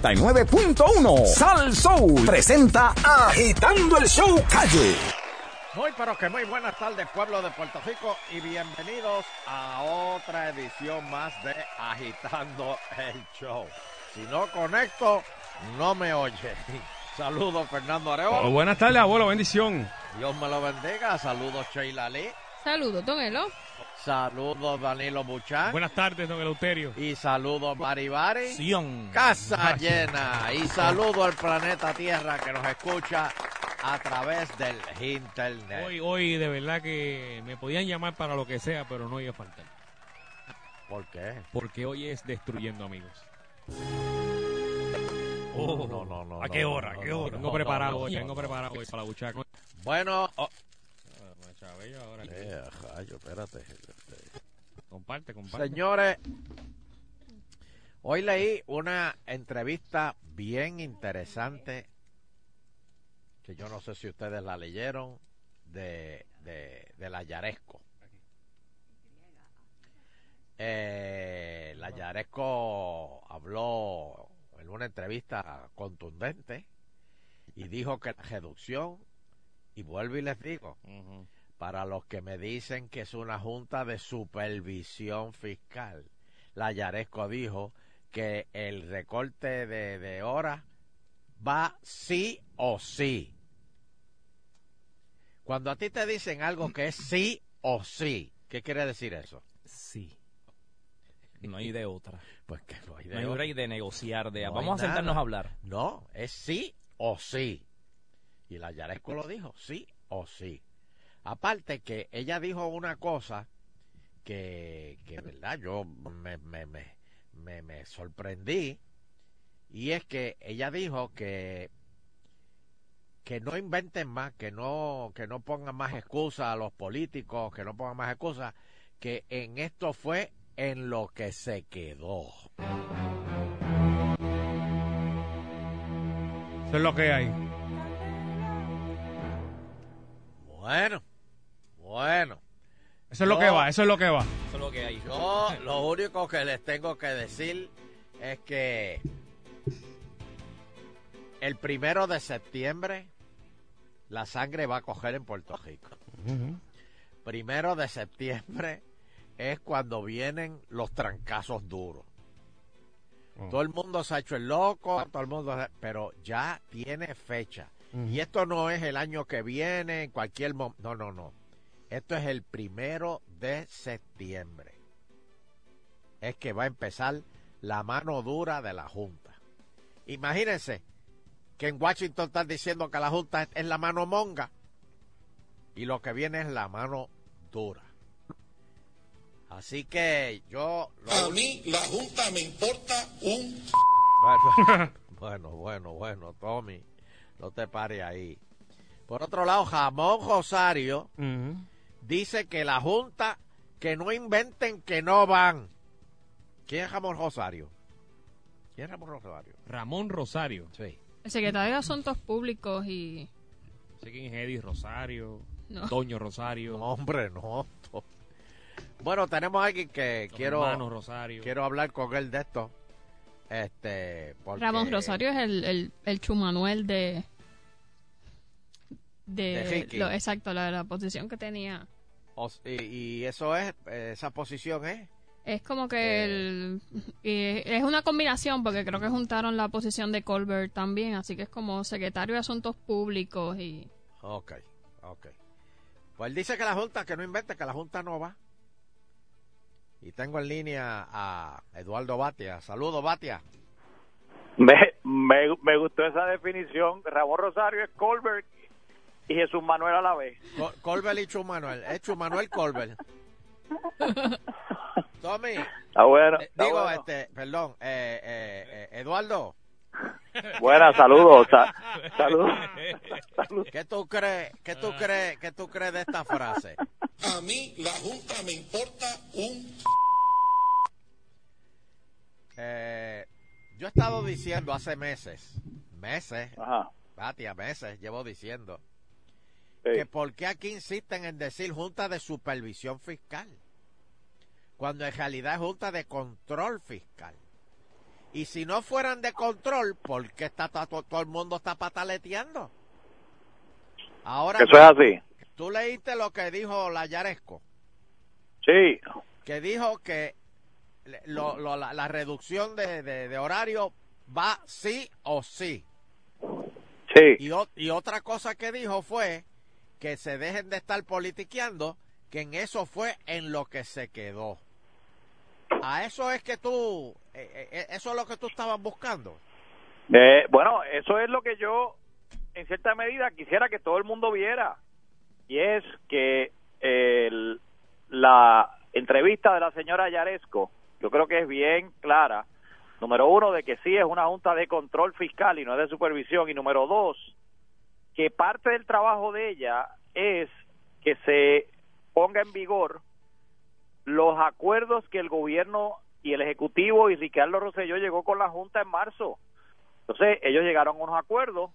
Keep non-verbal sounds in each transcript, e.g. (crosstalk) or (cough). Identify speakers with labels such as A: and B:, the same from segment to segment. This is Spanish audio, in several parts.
A: 99.1 Sal Soul presenta Agitando el Show Calle.
B: Muy pero que muy buenas tardes pueblo de Puerto Rico y bienvenidos a otra edición más de Agitando el Show. Si no conecto, no me oye. (laughs) Saludos Fernando
C: Oh,
B: Arevalo.
C: buenas tardes, abuelo, bendición.
B: Dios me lo bendiga. Saludos Sheila Lee.
D: Saludos, don Elo.
B: Saludos Danilo Buchan.
E: Buenas tardes, don Eleuterio.
B: Y saludos Baribari. Casa llena. Y saludo al planeta Tierra que nos escucha a través del internet.
E: Hoy, hoy de verdad que me podían llamar para lo que sea, pero no iba a faltar.
B: ¿Por qué?
E: Porque hoy es destruyendo amigos.
B: Oh, no, no, no.
C: ¿A qué
B: no,
C: hora?
B: no,
C: ¿A qué
B: no,
C: hora?
B: no,
E: Tengo
B: no,
E: preparado
B: no,
E: hoy,
B: no,
E: tengo
B: no.
E: preparado hoy para la buchaca.
B: Bueno, oh,
E: Chabello, ahora que-
B: eh, rayo, espérate.
E: Comparte, comparte.
B: Señores, hoy leí una entrevista bien interesante que yo no sé si ustedes la leyeron de, de, de la Yaresco. Eh, la Yaresco habló en una entrevista contundente y dijo que la reducción, y vuelvo y les digo,
E: Ujú.
B: para los que me dicen que es una junta de supervisión fiscal. La Yaresco dijo que el recorte de, de horas va sí o sí. Cuando a ti te dicen algo que es sí o sí, ¿qué quiere decir eso?
F: Sí. No hay de otra.
B: Pues que no hay de
F: No hay
B: otra.
F: break de negociar, de
B: No hay
F: vamos a sentarnos
B: nada.
F: a hablar.
B: No, es sí o sí. Y la Yaresco lo dijo, sí o sí. Aparte que ella dijo una cosa que, que verdad, yo me, me, me, me, me sorprendí. Y es que ella dijo que que no inventen más, que no, que no pongan más excusas a los políticos, que no pongan más excusas, que en esto fue en lo que se quedó.
C: Eso es lo que hay.
B: Bueno, bueno.
C: Eso es lo
B: No.
C: que va, eso es lo que va.
F: Eso es lo que hay.
B: Yo lo único que les tengo que decir es que el primero de septiembre la sangre va a coger en Puerto Rico. Primero de septiembre es cuando vienen los trancazos duros. Todo el mundo se ha hecho el loco, todo el mundo, se- pero ya tiene fecha. Y esto no es el año que viene, en cualquier momento. No, no, no. Esto es el primero de septiembre. Es que va a empezar la mano dura de la Junta. Imagínense que en Washington están diciendo que la Junta es- es la mano monga y lo que viene es la mano dura. Así que yo... lo
G: A mí la Junta me importa un...
B: (laughs) bueno, bueno, bueno, bueno, Tommy, no te pares ahí. Por otro lado, Jamón Rosario dice que la Junta, que no inventen que no van. ¿Quién es Jamón Rosario? ¿Quién es Jamón Rosario?
E: Ramón Rosario.
B: Sí.
D: El secretario de Asuntos Públicos y...
E: No sé quién es Eddie Rosario,
D: No.
E: Toño Rosario,
B: hombre, no. Bueno, tenemos a alguien que
E: los
B: quiero,
E: hermanos Rosario.
B: quiero hablar con él de esto. Este, porque-
D: Ramón Rosario es el, el, el chumanuel de...
B: De
D: De...
B: Ricky.
D: lo- exacto, la, la posición que tenía.
B: o- y, y eso es, eh, esa posición es.
D: Es como que
B: Eh.
D: el... y es una combinación porque creo que juntaron la posición de Colbert también, así que es como secretario de Asuntos Públicos y...
B: Ok, ok. Pues él dice que la Junta, que no invente, que la Junta no va. Y tengo en línea a Eduardo Batia. Saludos, Batia.
H: Me, me, me gustó esa definición. Ramón Rosario es Colbert y Jesús Manuel a la vez.
B: Co- Colbert y Chumanuel. Es Chumanuel Colbert. Tommy,
H: Está Ah, bueno.
B: eh,
H: está
B: digo,
H: bueno.
B: este, perdón, eh, eh, eh, Eduardo,
H: Buenas, saludos. sa- saludos. saludos.
B: ¿qué tú crees, qué tú crees, qué tú crees de esta frase?
G: A mí la Junta me importa un...
B: Eh, yo he estado diciendo hace meses, meses,
H: Ajá.
B: Batia, meses, llevo diciendo,
H: sí.
B: que por qué aquí insisten en decir Junta de Supervisión Fiscal, cuando en realidad es Junta de Control Fiscal. Y si no fueran de control, ¿por qué está, ta- to- todo el mundo está pataleteando? Ahora,
H: Eso es así.
B: tú leíste lo que dijo la Yaresco,
H: Sí,
B: que dijo que le- lo- lo- la, la reducción de, de- de horario va sí o sí.
H: sí.
B: Y, o- y otra cosa que dijo fue que se dejen de estar politiqueando, que en eso fue en lo que se quedó. A eso es que tú, eh, eh, eso es lo que tú estabas buscando.
H: Eh, bueno, eso es lo que yo, en cierta medida, quisiera que todo el mundo viera. Y es que el- la entrevista de la señora Yaresco, yo creo que es bien clara. Número uno, de que sí es una junta de control fiscal y no es de supervisión. Y número dos, que parte del trabajo de ella es que se ponga en vigor los acuerdos que el gobierno y el Ejecutivo y Ricardo Rosselló llegó con la Junta en marzo. Entonces, ellos llegaron a unos acuerdos.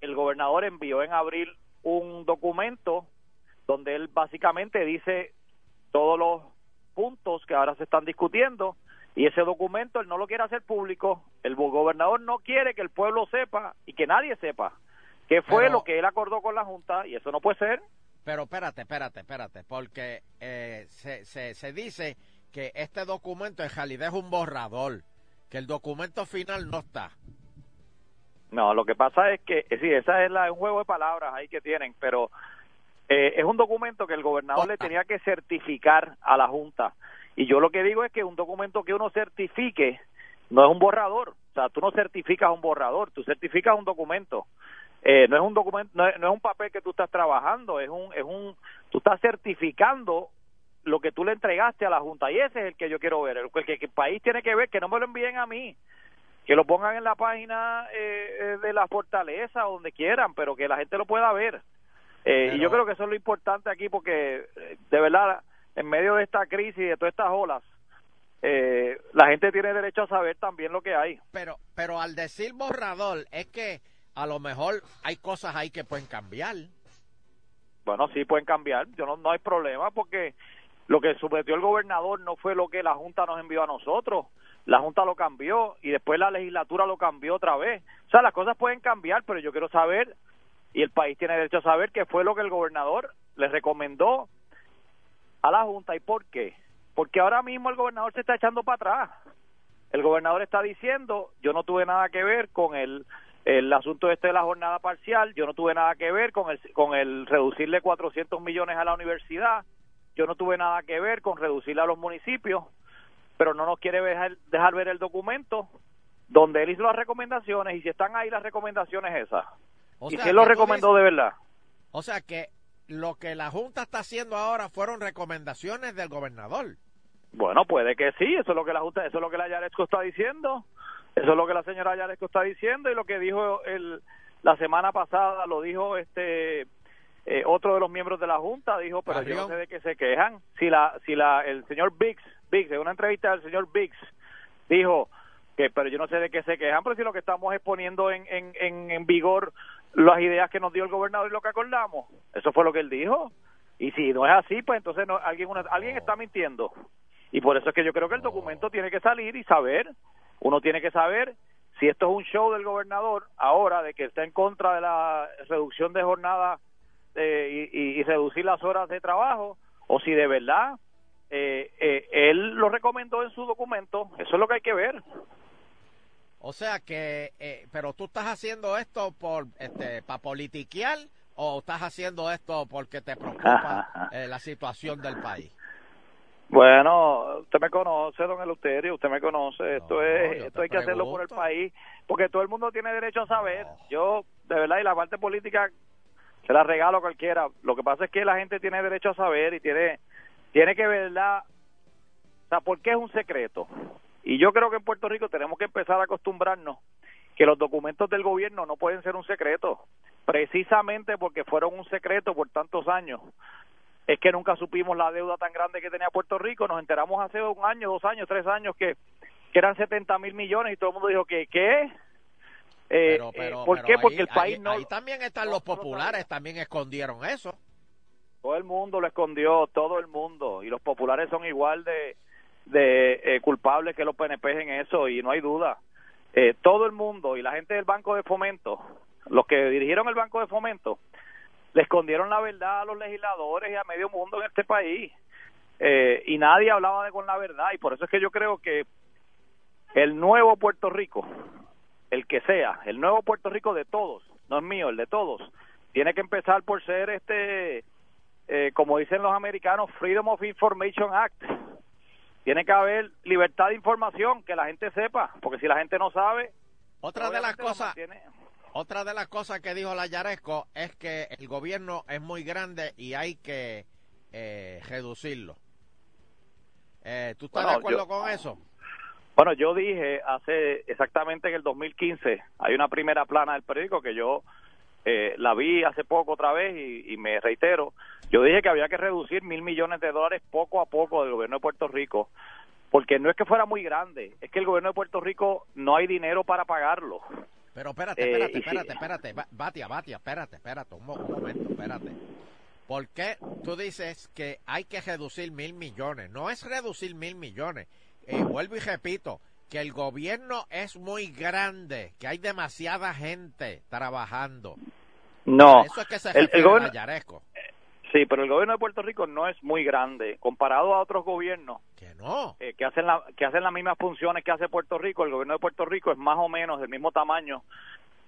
H: El gobernador envió en abril un documento donde él básicamente dice todos los puntos que ahora se están discutiendo y ese documento él no lo quiere hacer público. El bo- gobernador no quiere que el pueblo sepa y que nadie sepa qué fue
B: Pero-
H: lo que él acordó con la Junta y eso no puede ser.
B: Pero espérate, espérate, espérate, porque eh, se, se, se dice que este documento en realidad es un borrador, que el documento final no está.
H: No, lo que pasa es que, eh, sí, esa es la, un juego de palabras ahí que tienen, pero eh, es un documento que el gobernador le
B: Opa.
H: tenía que certificar a la Junta. Y yo lo que digo es que un documento que uno certifique no es un borrador. O sea, tú no certificas un borrador, tú certificas un documento. Eh, no es un documento, no es, no es un papel que tú estás trabajando, es un, es un, tú estás certificando lo que tú le entregaste a la Junta. Y ese es el que yo quiero ver, el, el que el país tiene que ver, que no me lo envíen a mí que lo pongan en la página eh, eh, de la fortaleza o donde quieran, pero que la gente lo pueda ver. Eh,
B: Pero-
H: y yo creo que eso es lo importante aquí porque, eh, de verdad, en medio de esta crisis, de todas estas olas, eh, la gente tiene derecho a saber también lo que hay.
B: Pero, pero al decir borrador es que a lo mejor hay cosas ahí que pueden cambiar.
H: Bueno, sí pueden cambiar, yo no, no hay problema porque lo que sometió el gobernador no fue lo que la Junta nos envió a nosotros. La Junta lo cambió y después la legislatura lo cambió otra vez. O sea, las cosas pueden cambiar, pero yo quiero saber, y el país tiene derecho a saber, qué fue lo que el gobernador le recomendó a la Junta y por qué. Porque ahora mismo el gobernador se está echando para atrás. El gobernador está diciendo, yo no tuve nada que ver con el, el asunto este de la jornada parcial, yo no tuve nada que ver con el, con el reducirle 400 millones a la universidad, yo no tuve nada que ver con reducirle a los municipios, pero no nos quiere dejar, dejar ver el documento donde él hizo las recomendaciones y si están ahí las recomendaciones esas.
B: O
H: ¿Y
B: sea,
H: quién lo
B: que tú
H: recomendó
B: dices-
H: de verdad?
B: O sea que lo que la Junta está haciendo ahora fueron recomendaciones del gobernador.
H: Bueno, puede que sí, eso es lo que la Junta, eso es lo que la Yaresco está diciendo, eso es lo que la señora Yaresco está diciendo y lo que dijo el, la semana pasada lo dijo este eh, otro de los miembros de la Junta, dijo, pero yo
B: Carrión.
H: no sé de qué se quejan. Si la si la el señor Biggs, Biggs en una entrevista del señor Biggs dijo que pero yo no sé de qué se quejan, pero si lo que estamos exponiendo en en, en, en vigor las ideas que nos dio el gobernador y lo que acordamos, eso fue lo que él dijo. Y si no es así, pues entonces no, alguien una- alguien está mintiendo. Y por eso es que yo creo que el documento tiene que salir y saber, uno tiene que saber si esto es un show del gobernador ahora de que está en contra de la reducción de jornada eh, y, y- y reducir las horas de trabajo o si de verdad eh, eh, él lo recomendó en su documento, eso es lo que hay que ver.
B: O sea que, eh, pero tú estás haciendo esto por, este, para politiquear o estás haciendo esto porque te preocupa eh, la situación del país.
H: Bueno, usted me conoce, don Eleuterio, usted me conoce. Esto
B: No,
H: es,
B: yo
H: esto
B: te
H: hay que hacerlo por el
B: pregunto.
H: país, porque todo el mundo tiene derecho a saber.
B: No.
H: Yo, de verdad, y la parte política se la regalo a cualquiera. Lo que pasa es que la gente tiene derecho a saber y tiene, tiene que verla. O sea, porque es un secreto. Y yo creo que en Puerto Rico tenemos que empezar a acostumbrarnos que los documentos del gobierno no pueden ser un secreto, precisamente porque fueron un secreto por tantos años es que nunca supimos la deuda tan grande que tenía Puerto Rico. Nos enteramos hace un año, dos años, tres años que, que eran 70 mil millones y todo el mundo dijo que qué. Eh,
B: Pero,
H: eh,
B: pero,
H: ¿Por
B: pero
H: qué?
B: ahí-
H: Porque el país
B: ahí-
H: no...
B: Ahí también están los
H: no lo
B: populares,
H: sabía.
B: también escondieron eso.
H: Todo el mundo lo escondió, todo el mundo. Y los populares son igual de, de eh, culpables que los PNP en eso y no hay duda. Eh, todo el mundo y la gente del Banco de Fomento, los que dirigieron el Banco de Fomento, le escondieron la verdad a los legisladores y a medio mundo en este país. Eh, y nadie hablaba de con la verdad y por eso es que yo creo que el nuevo Puerto Rico, el que sea, el nuevo Puerto Rico de todos, no es mío, el de todos, tiene que empezar por ser este, eh, como dicen los americanos, Freedom of Information Act. Tiene que haber libertad de información, que la gente sepa, porque si la gente no sabe...
B: Otra de las
H: obviamente lo
B: cosas,
H: mantiene-
B: otra de las cosas que dijo la Yaresco es que el gobierno es muy grande y hay que eh, reducirlo. Eh, ¿Tú estás
H: Bueno,
B: de acuerdo
H: yo-
B: con eso?
H: Bueno, yo dije hace exactamente en el 2015, hay una primera plana del periódico que yo eh, la vi hace poco otra vez y, y me reitero, yo dije que había que reducir mil millones de dólares poco a poco del gobierno de Puerto Rico, porque no es que fuera muy grande, es que el gobierno de Puerto Rico no hay dinero para pagarlo.
B: Pero espérate,
H: Eh,
B: espérate,
H: y
B: espérate,
H: sí.
B: espérate. Ba- Batia, Batia, espérate, espérate, un, mo- un momento, espérate. ¿Por qué tú dices que hay que reducir mil millones? No es reducir mil millones. Eh, vuelvo y repito, que el gobierno es muy grande, que hay demasiada gente trabajando.
H: No,
B: Eso es que se
H: el- el
B: refiere
H: gobierno-
B: a Yaresco.
H: sí, pero el gobierno de Puerto Rico no es muy grande comparado a otros gobiernos
B: Que no.
H: eh, que hacen la, que hacen las mismas funciones que hace Puerto Rico, el gobierno de Puerto Rico es más o menos del mismo tamaño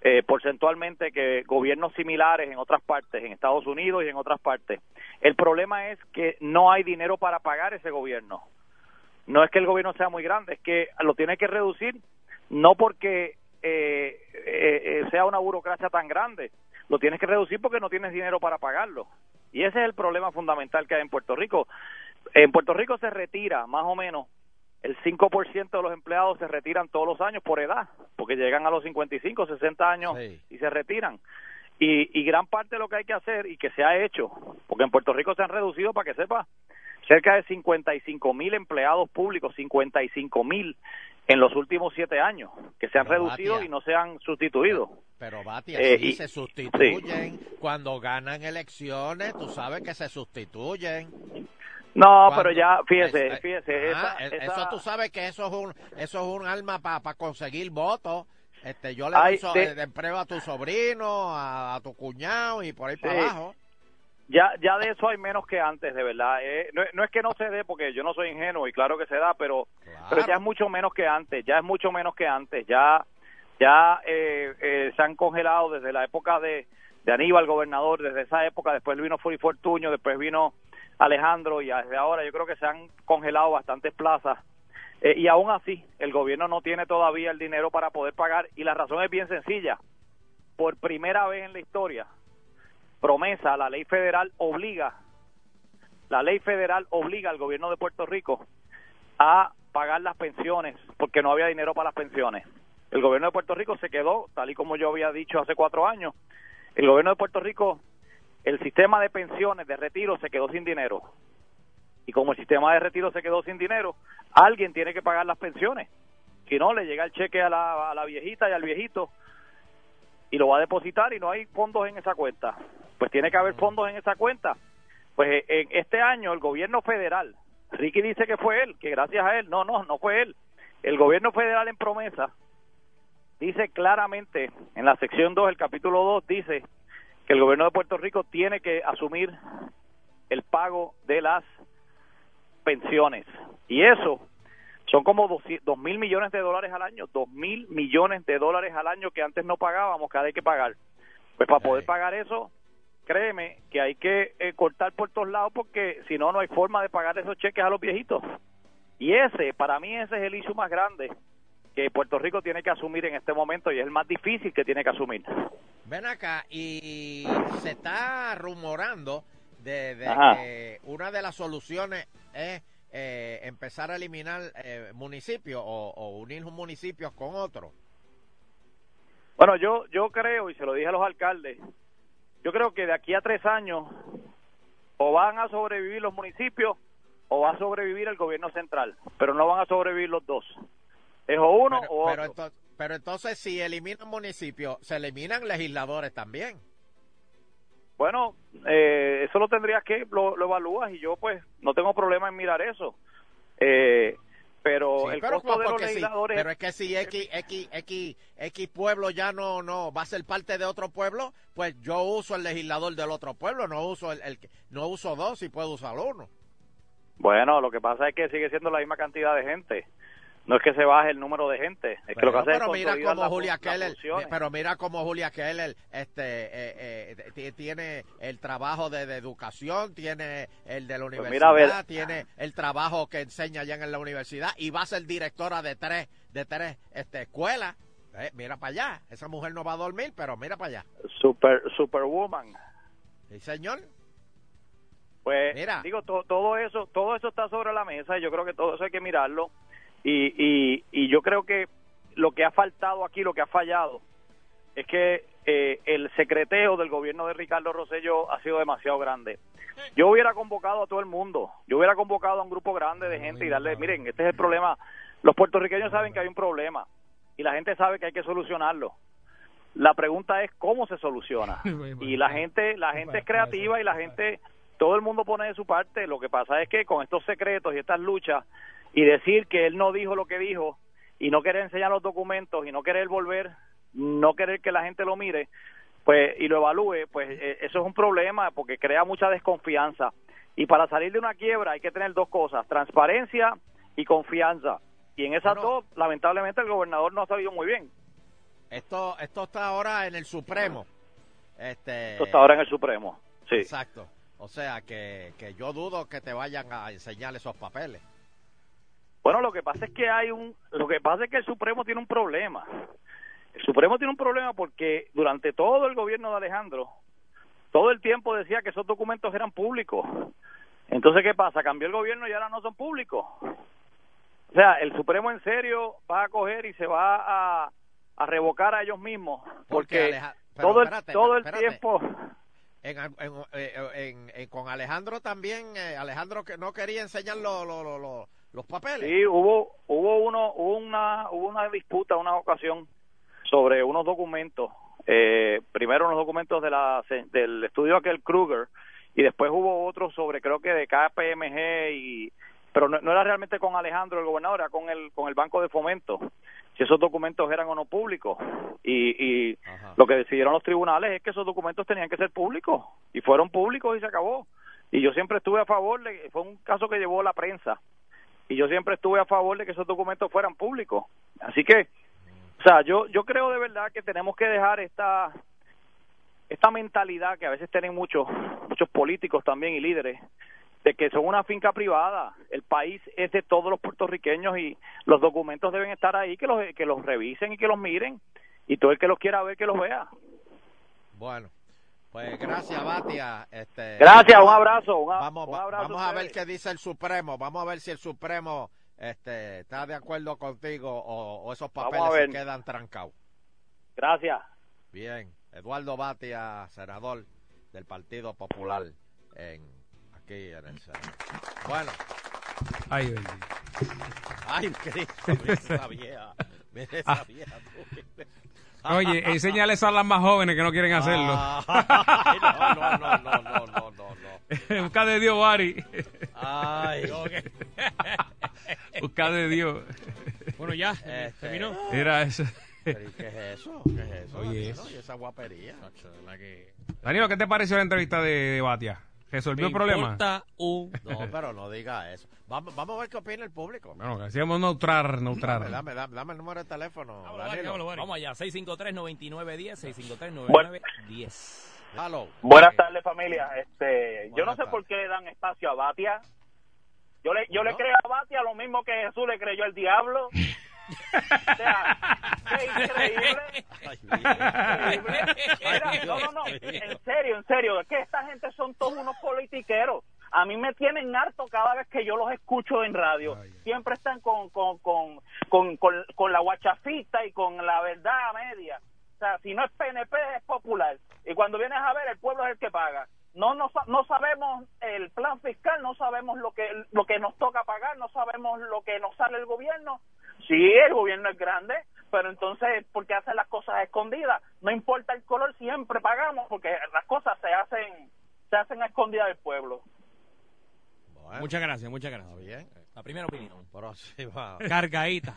H: eh, porcentualmente que gobiernos similares en otras partes, en Estados Unidos y en otras partes. El problema es que no hay dinero para pagar ese gobierno. No es que el gobierno sea muy grande, es que lo tiene que reducir no porque eh, eh, eh, sea una burocracia tan grande, lo tienes que reducir porque no tienes dinero para pagarlo. Y ese es el problema fundamental que hay en Puerto Rico. En Puerto Rico se retira más o menos el 5% de los empleados se retiran todos los años por edad, porque llegan a los 55, 60 años
B: Sí.
H: y se retiran. Y, y gran parte de lo que hay que hacer y que se ha hecho, porque en Puerto Rico se han reducido, para que sepa, cerca de 55 mil empleados públicos, 55 mil en los últimos siete años, que se han
B: Pero,
H: reducido
B: Batia.
H: y no se han sustituido.
B: Pero Batia,
H: Eh,
B: sí
H: y-
B: se sustituyen. Cuando ganan elecciones, tú sabes que se sustituyen.
H: No,
B: Cuando-
H: pero ya, fíjese,
B: es- es-
H: fíjese,
B: ajá,
H: esa-
B: e-
H: esa-
B: eso tú sabes que eso es un, eso es un arma para conseguir votos. Este, yo le
H: Ay,
B: uso
H: de-
B: de, empleo a tu sobrino, a, a tu cuñado y por ahí para
H: Sí.
B: abajo.
H: ya, ya de eso hay menos que antes, de verdad. Eh, no, no es que no se dé, porque yo no soy ingenuo y claro que se da, pero, pero ya es
B: Claro.
H: mucho menos que antes, ya es mucho menos que antes, ya, ya eh, eh, se han congelado desde la época de, de Aníbal, gobernador, desde esa época, después vino Furi Fortuño, después vino Alejandro y desde ahora yo creo que se han congelado bastantes plazas. Eh, y aún así, el gobierno no tiene todavía el dinero para poder pagar y la razón es bien sencilla. Por primera vez en la historia, promesa, la ley federal obliga, la ley federal obliga al gobierno de Puerto Rico a pagar las pensiones porque no había dinero para las pensiones. El gobierno de Puerto Rico se quedó, tal y como yo había dicho hace cuatro años, el gobierno de Puerto Rico, el sistema de pensiones de retiro se quedó sin dinero. Y como el sistema de retiro se quedó sin dinero, alguien tiene que pagar las pensiones. Si no, le llega el cheque a la, a la viejita y al viejito y lo va a depositar y no hay fondos en esa cuenta. Pues tiene que haber fondos en esa cuenta. Pues eh, en este año el gobierno federal, Ricky dice que fue él, que gracias a él, no, no, no fue él. El gobierno federal en promesa dice claramente, en la sección 2, el capítulo 2, dice que el gobierno de Puerto Rico tiene que asumir el pago de las pensiones. Y eso son como 200 dos mil millones de dólares al año, dos mil millones de dólares al año que antes no pagábamos, que ahora hay que pagar. Pues para poder
B: Sí.
H: pagar eso, créeme que hay que eh, cortar por todos lados porque si no, no hay forma de pagar esos cheques a los viejitos. Y ese, para mí ese es el issue más grande que Puerto Rico tiene que asumir en este momento y es el más difícil que tiene que asumir.
B: Ven acá y se está rumorando de, de
H: Ajá.
B: que una de las soluciones es eh, empezar a eliminar eh, municipios o, o unir municipios con otros.
H: Bueno, yo, yo creo, y se lo dije a los alcaldes, yo creo que de aquí a tres años o van a sobrevivir los municipios o va a sobrevivir el gobierno central, pero no van a sobrevivir los dos. Es o uno
B: Pero-
H: o
B: pero
H: otro.
B: ento- pero entonces si eliminan municipios, se eliminan legisladores también.
H: Bueno, eh, eso lo tendrías que, lo, lo evalúas y yo pues no tengo problema en mirar eso. Eh, pero
B: Sí,
H: el
B: pero,
H: costo de los
B: porque sí,
H: legisladores
B: pero es que si X, X, X, X pueblo ya no, no va a ser parte de otro pueblo, pues yo uso el legislador del otro pueblo, no uso el, el que- no uso dos y puedo usar uno.
H: Bueno, lo que pasa es que sigue siendo la misma cantidad de gente. No es que se baje el número de gente. Es que lo que hace es
B: pero mira
H: consolidar
B: como
H: las fu-
B: Julia
H: las
B: Keller,
H: funciones.
B: pero mira como Julia Keller este, eh, eh, t- tiene el trabajo de, de educación, tiene el de la
H: Pues
B: universidad,
H: mira, a ver.
B: tiene el trabajo que enseña allá en la universidad y va a ser directora de tres, de tres este, escuelas. Eh, mira para allá, esa mujer no va a dormir, pero mira para allá.
H: Super, superwoman.
B: Sí, señor.
H: Pues
B: Mira.
H: digo, to- todo eso todo eso está sobre la mesa. y Yo creo que todo eso hay que mirarlo. Y, y, y yo creo que lo que ha faltado aquí, lo que ha fallado, es que eh, el secreteo del gobierno de Ricardo Rosselló ha sido demasiado grande. Yo hubiera convocado a todo el mundo, yo hubiera convocado a un grupo grande de gente y darle, miren, este es el problema. Los puertorriqueños saben que hay un problema y la gente sabe que hay que solucionarlo. La pregunta es cómo se soluciona.
B: pues,
H: Y la gente, la gente es creativa y la gente, todo el mundo pone de su parte. Lo que pasa es que con estos secretos y estas luchas y decir que él no dijo lo que dijo y no querer enseñar los documentos y no querer volver, no querer que la gente lo mire, pues y lo evalúe, pues eh, eso es un problema porque crea mucha desconfianza. Y para salir de una quiebra hay que tener dos cosas, transparencia y confianza. Y en esas
B: Bueno.
H: dos, lamentablemente, el gobernador no ha sabido muy bien.
B: Esto, esto está ahora en el Supremo. Este,
H: Esto está ahora en el Supremo. Sí.
B: Exacto. O sea que, que yo dudo que te vayan a enseñar esos papeles.
H: Bueno, lo que pasa es que hay un, lo que pasa es que el Supremo tiene un problema. El Supremo tiene un problema porque durante todo el gobierno de Alejandro, todo el tiempo decía que esos documentos eran públicos. Entonces, ¿qué pasa? Cambió el gobierno y ahora no son públicos. O sea, el Supremo en serio va a coger y se va a, a revocar a ellos mismos.
B: Porque
H: Porque
B: Aleja- pero
H: todo el,
B: espérate,
H: todo el
B: espérate.
H: tiempo...
B: En, en- eh, en- en- con Alejandro también, eh, Alejandro que no quería enseñar lo- lo- lo- lo- los papeles.
H: Sí, hubo hubo uno hubo una hubo una disputa una ocasión sobre unos documentos, eh, primero unos documentos de la del estudio aquel Kruger y después hubo otros sobre creo que de KPMG y pero no, no era realmente con Alejandro el gobernador, era con el con el Banco de Fomento. Si esos documentos eran o no públicos y, y
B: Ajá.
H: lo que decidieron los tribunales es que esos documentos tenían que ser públicos y fueron públicos y se acabó. Y yo siempre estuve a favor, de- fue un caso que llevó la prensa y yo siempre estuve a favor de que esos documentos fueran públicos. Así que, o sea, yo yo creo de verdad que tenemos que dejar esta esta mentalidad que a veces tienen muchos muchos políticos también y líderes de que son una finca privada, el país es de todos los puertorriqueños y los documentos deben estar ahí que los que los revisen y que los miren y todo el que los quiera ver que los vea.
B: Bueno, pues gracias, Batia. Este,
H: Gracias, un abrazo, un a-
B: vamos,
H: un
B: va-
H: abrazo
B: vamos
H: a
B: a ver
H: ustedes.
B: qué dice el Supremo. Vamos a ver si el Supremo este, está de acuerdo contigo o, o esos
H: Vamos a
B: papeles se
H: ver.
B: quedan trancados.
H: Gracias.
B: Bien, Eduardo Batia, senador del Partido Popular en aquí en el Senado. Bueno,
C: Ay, bendito.
B: ay (laughs) Cristo, mira esa vieja, mira esa
E: Ah,
B: vieja. tú. (laughs)
C: Oye, enséñale eso a las más jóvenes que no quieren hacerlo.
B: Ay, no, no, no, no, no, no, no,
C: (laughs)
B: no.
C: Busca de Dios, Bari. (laughs)
B: Ay,
C: Busca de Dios.
E: Bueno, ya,
B: Este.
E: terminó.
C: Mira eso.
B: pero ¿y ¿qué es eso? ¿Qué es eso?
E: Oye,
B: Danilo? ¿Y esa guapería?
C: Danilo, ¿qué te pareció la entrevista de, de Batia? ¿Resolvió
E: Me
C: el problema?
E: importa un...
I: (laughs)
B: No, pero no diga eso. Vamos, vamos a ver qué opina el público.
C: Bueno, que hacíamos neutrar,
B: Dame,
C: neutrar.
B: dame, dame, dame el número de teléfono.
E: Dámelo, Bari,
B: Danilo.
E: dámelo, Bari.
F: Vamos allá, 653-9910, 653-9910.
B: Hello.
H: Buenas tardes familia. Este, yo no
B: Buenas
H: sé por
B: tardes.
H: qué le dan espacio a Batia. Yo le yo le
B: ¿No?
H: creo a Batia lo mismo que Jesús le creyó al diablo. o sea, qué increíble.
B: Ay, mira.
H: increíble. Mira, no, no, no, en serio, en serio, es que esta gente son todos unos politiqueros. A mí me tienen harto cada vez que yo los escucho en radio. Siempre están con, con, con, con, con, con la guachafita y con la verdad a media. O sea, si no es PNP, es popular. Y cuando vienes a ver, el pueblo es el que paga. No, no, sa- no sabemos el plan fiscal, no sabemos lo que, lo que nos toca pagar, no sabemos lo que nos sale el gobierno. Sí, el gobierno es grande, pero entonces, ¿por qué hacen las cosas escondidas? No importa el color, siempre pagamos porque las cosas se hacen, se hacen a escondidas del pueblo.
B: Bueno,
E: Muchas gracias, muchas
B: está
E: gracias.
B: bien.
I: La primera opinión.
B: Próxima.
E: Cargadita.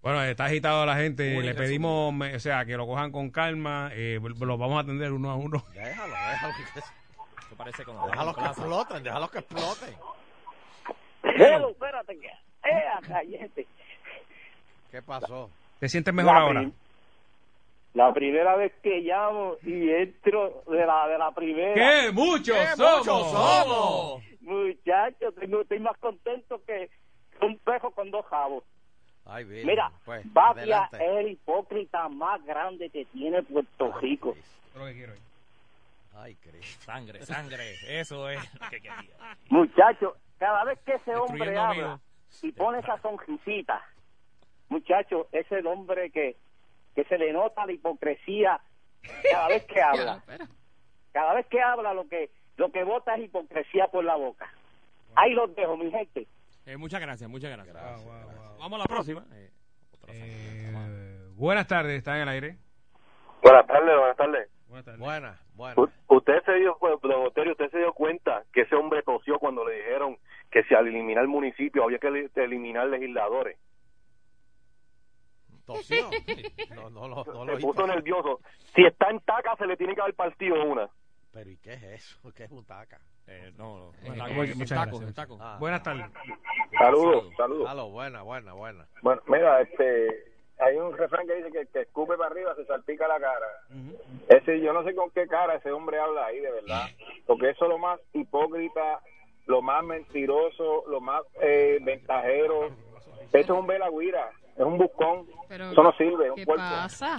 C: Bueno, está agitado la gente.
I: Única
C: Le pedimos, me- o sea, que lo cojan con calma. Eh, los vamos a atender uno a uno.
B: Déjalo, déjalo que,
I: Eso parece como...
B: déjalo que exploten, déjalo que exploten.
F: Hello, espérate que. Eh, caliente.
B: ¿Qué pasó?
C: ¿Te sientes mejor
F: La
C: ahora?
F: prim- La primera vez que llamo y entro de la de la primera.
C: ¡Qué muchos
B: ¡Qué
C: somos!
B: muchos somos!
F: Muchachos, tengo, estoy más contento que un pejo con dos jabos.
B: Ay, bien.
F: Mira,
B: pues,
F: Batia
B: adelante.
F: es el hipócrita más grande que tiene Puerto Rico.
C: Lo que quiero hoy.
B: Ay, Cristo.
I: Sangre, sangre. Eso es lo que
B: (laughs)
I: quería.
F: Muchachos, cada vez que ese hombre
E: Destruyendo
F: habla
E: amigos.
F: y pone esa sonrisita, muchachos, es el hombre que, que se le nota la hipocresía cada vez que habla. Cada vez que habla lo que lo que bota es hipocresía por la boca. Ahí los dejo, mi gente.
E: Eh, muchas gracias, muchas gracias.
C: Ah,
B: Gracias, gracias.
E: Vamos a la próxima. Eh, otra sangre. Vamos a-
C: Eh, buenas tardes, ¿está en el aire?
J: Buenas tardes, buenas tardes.
C: Buenas
B: Buena, buena.
J: U- Usted se dio, pues, don Eleuterio, usted se dio cuenta que ese hombre tosió cuando le dijeron que si al eliminar el municipio había que li- eliminar legisladores.
B: Tosió. No, no, lo- no lo
J: Se
B: oí
J: puso
B: toser.
J: nervioso. Si está en taca, se le tiene que dar partido una.
B: Pero ¿y qué es eso? ¿Qué es un taca?
I: Eh, no, no.
E: Eh,
I: Taco,
E: muchas
I: el
C: gracias,
I: taco, el
C: muchas
I: taco.
B: Ah,
C: Buenas tardes.
J: Saludos, saludos.
B: Halo, buena, buena, buena.
J: Bueno, mira, este, hay un refrán que dice que el que escupe para arriba se salpica la cara. Ese, yo no sé con qué cara ese hombre habla ahí, de verdad. Porque eso es lo más hipócrita, lo más mentiroso, lo más eh, ventajero. Eso es un velagüira, es un buscón.
K: Pero,
J: Eso no sirve, es un
K: ¿Qué
J: cuerpo.
K: pasa?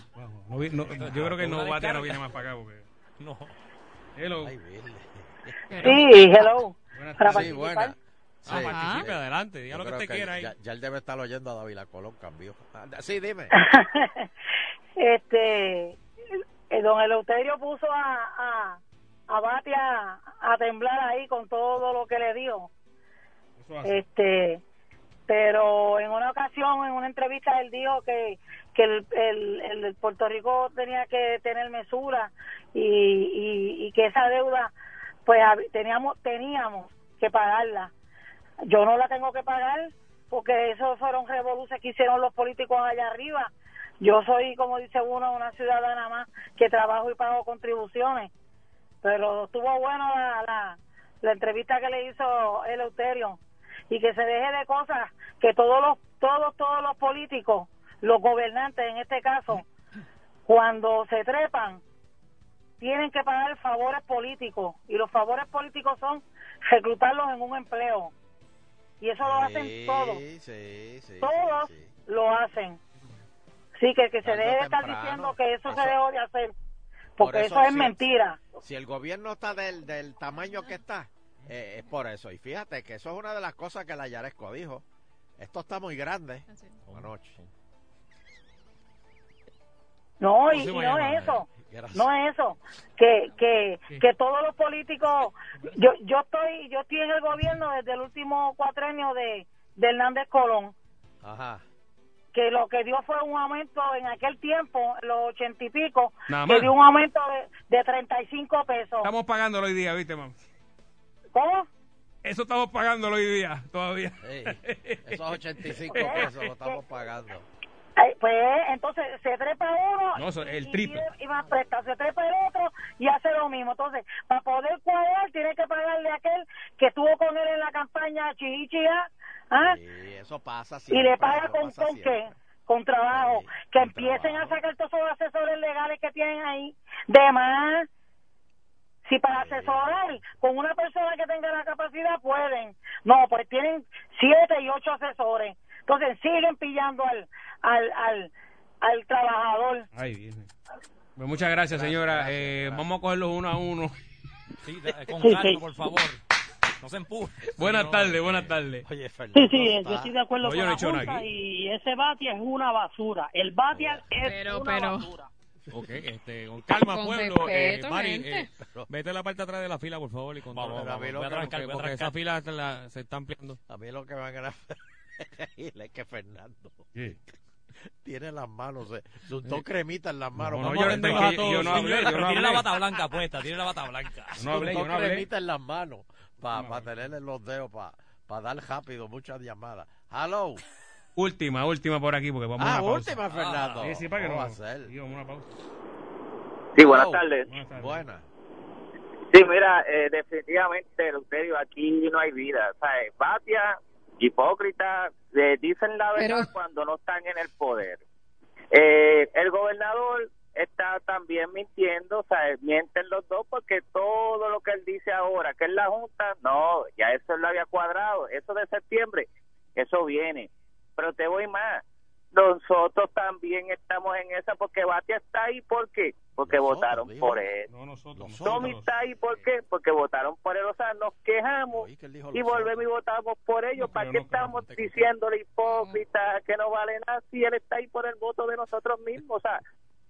C: No vi- no- yo creo que no, Batia no viene más para acá porque...
I: (laughs) No.
C: Hello.
B: Ay, Virgen.
F: Sí, hello.
C: Buenas
F: Para
C: tardes.
B: Sí, buena. Sí.
E: Ah, participe,
B: Eh,
E: adelante. Diga
B: yo
E: lo que
B: creo
E: usted quiera ahí.
B: Ya, ya él debe estar oyendo a Dávila Colón, cambió. Ah, Sí, dime.
F: (laughs) este, eh, don Eleuterio puso a, a, a Bati a, a temblar ahí con todo lo que le dio.
C: Eso hace.
F: Este, pero en una ocasión, en una entrevista, él dijo que, que el, el, el- el Puerto Rico tenía que tener mesura y, y, y que esa deuda, pues hab- teníamos, teníamos que pagarla. Yo no la tengo que pagar porque eso fueron revoluciones que hicieron los políticos allá arriba. Yo soy, como dice uno, una ciudadana más que trabajo y pago contribuciones. Pero estuvo bueno la, la, la entrevista que le hizo Eleuterio y que se deje de cosas que todos los todos todos los políticos, los gobernantes en este caso, cuando se trepan tienen que pagar favores políticos y los favores políticos son reclutarlos en un empleo. Y eso lo (laughs) hacen
B: Sí,
F: todos
B: Sí, sí, sí.
F: todos
B: sí.
F: lo hacen. Sí, que, que se
B: Tarde o
F: debe de estar
B: temprano,
F: diciendo que eso,
B: eso-
F: se debe de hacer,
B: por
F: porque
B: eso
F: eso, es
B: sí.
F: mentira.
B: Si el gobierno está del, del tamaño que está, eh, es por eso. Y fíjate que eso es una de las cosas que la Yaresco dijo. Esto está muy grande.
K: Así.
B: Anoche.
F: No, y, y
E: Próxima
F: no
E: llamada.
F: es eso,
B: Gracias.
F: no es eso. Que, que, que todos los políticos, yo, yo estoy yo estoy en el gobierno desde el último cuatrenio de, de Hernández Colón,
B: Ajá.
F: que lo que dio fue un aumento en aquel tiempo, los ochenta y pico,
C: Nada
F: que
C: más.
F: dio un aumento de, de 35 pesos.
C: Estamos pagándolo hoy día, ¿viste, mami?
F: ¿Cómo?
C: Eso estamos pagándolo hoy día todavía. (laughs)
B: Sí. Esos 85 pesos lo estamos pagando.
F: Ay, Pues entonces se trepa uno
C: No, eso es el
F: y
C: triple.
F: pide- y más presta, se trepa el otro y hace lo mismo. Entonces, para poder cuadrar, tiene que pagarle a aquel que estuvo con él en la campaña Chichiya ¿ah?
B: Y eso pasa
F: y
B: siempre.
F: le paga
B: eso
F: con,
B: pasa
F: con
B: siempre.
F: qué, con trabajo,
B: Sí,
F: que
B: con
F: empiecen
B: trabajo.
F: a sacar todos esos asesores legales que tienen ahí, de más. Si para
B: Sí.
F: asesorar con una persona que tenga la capacidad pueden, no, pues tienen siete y ocho asesores, entonces siguen pillando al, al, al, al trabajador.
C: Ay, bien. Pues muchas gracias, señora.
B: gracias,
C: Eh,
B: gracias.
C: Vamos a cogerlos uno a uno.
I: Sí, da- eh, con
F: Sí,
I: calma,
F: sí.
I: por favor. No se empuje.
C: Buenas
I: No,
C: tardes,
I: eh,
C: buenas tardes.
B: Oye, Fernando.
F: Sí, sí,
B: está-
F: yo estoy de acuerdo
C: No, yo
F: con
C: no he
F: la
C: hecho nada
F: Junta
C: aquí.
F: y ese Batia es una basura. El Batia es
K: Pero,
F: una
K: pero-
F: basura.
E: Ok, este, con calma,
K: Con
E: pueblo.
K: respeto,
E: eh, Mari,
K: gente.
E: eh, vete a la parte atrás de la fila, por favor, y controla.
B: Vamos, vamos,
E: Voy a
B: voy a
E: trancar,
I: trancar, voy a
E: porque
I: trancar.
E: esa fila te la- se está ampliando.
B: A mí lo que me van a reír (laughs) es que Fernando tiene las manos, se, se untó cremita en las manos.
C: No, no,
B: Vamos
C: yo,
B: a
C: no-
B: venderlo
C: yo-
B: a todos,
C: yo no hablé,
B: señor.
C: yo no
I: Tiene la
C: hablé.
I: bata blanca puesta, tiene la bata blanca.
C: No hablé,
B: Untó
C: yo no hablé.
B: cremita en las manos para tenerle los dedos para para dar rápido muchas llamadas. Hello.
C: Última, última por aquí, porque vamos a
B: ah,
C: la pausa.
B: última, Fernando.
C: Sí, sí, para que
B: ¿Cómo
C: no-
B: va a ser?
C: Sí, vamos a una pausa.
I: Sí, buenas
B: Hello.
I: tardes.
B: Buena.
I: Sí, mira, eh, definitivamente, Luterio, aquí no hay vida. ¿sabes? Batia, hipócrita, eh, dicen la verdad cuando no están en el poder. Eh, el gobernador está también mintiendo, ¿sabes? mienten los dos porque todo lo que él dice ahora, que es la Junta, no, ya eso él lo había cuadrado, eso de septiembre, eso viene. Pero te voy más, nosotros también estamos en esa porque Batia está ahí, ¿por qué? Porque votaron por él.
C: No, nosotros.
I: Tommy está ahí, ¿por qué? Porque votaron por él. O sea, nos quejamos y volvemos y votamos por ellos. ¿Para qué estamos diciéndole hipócritas que no vale nada si él está ahí por el voto de nosotros mismos? O sea,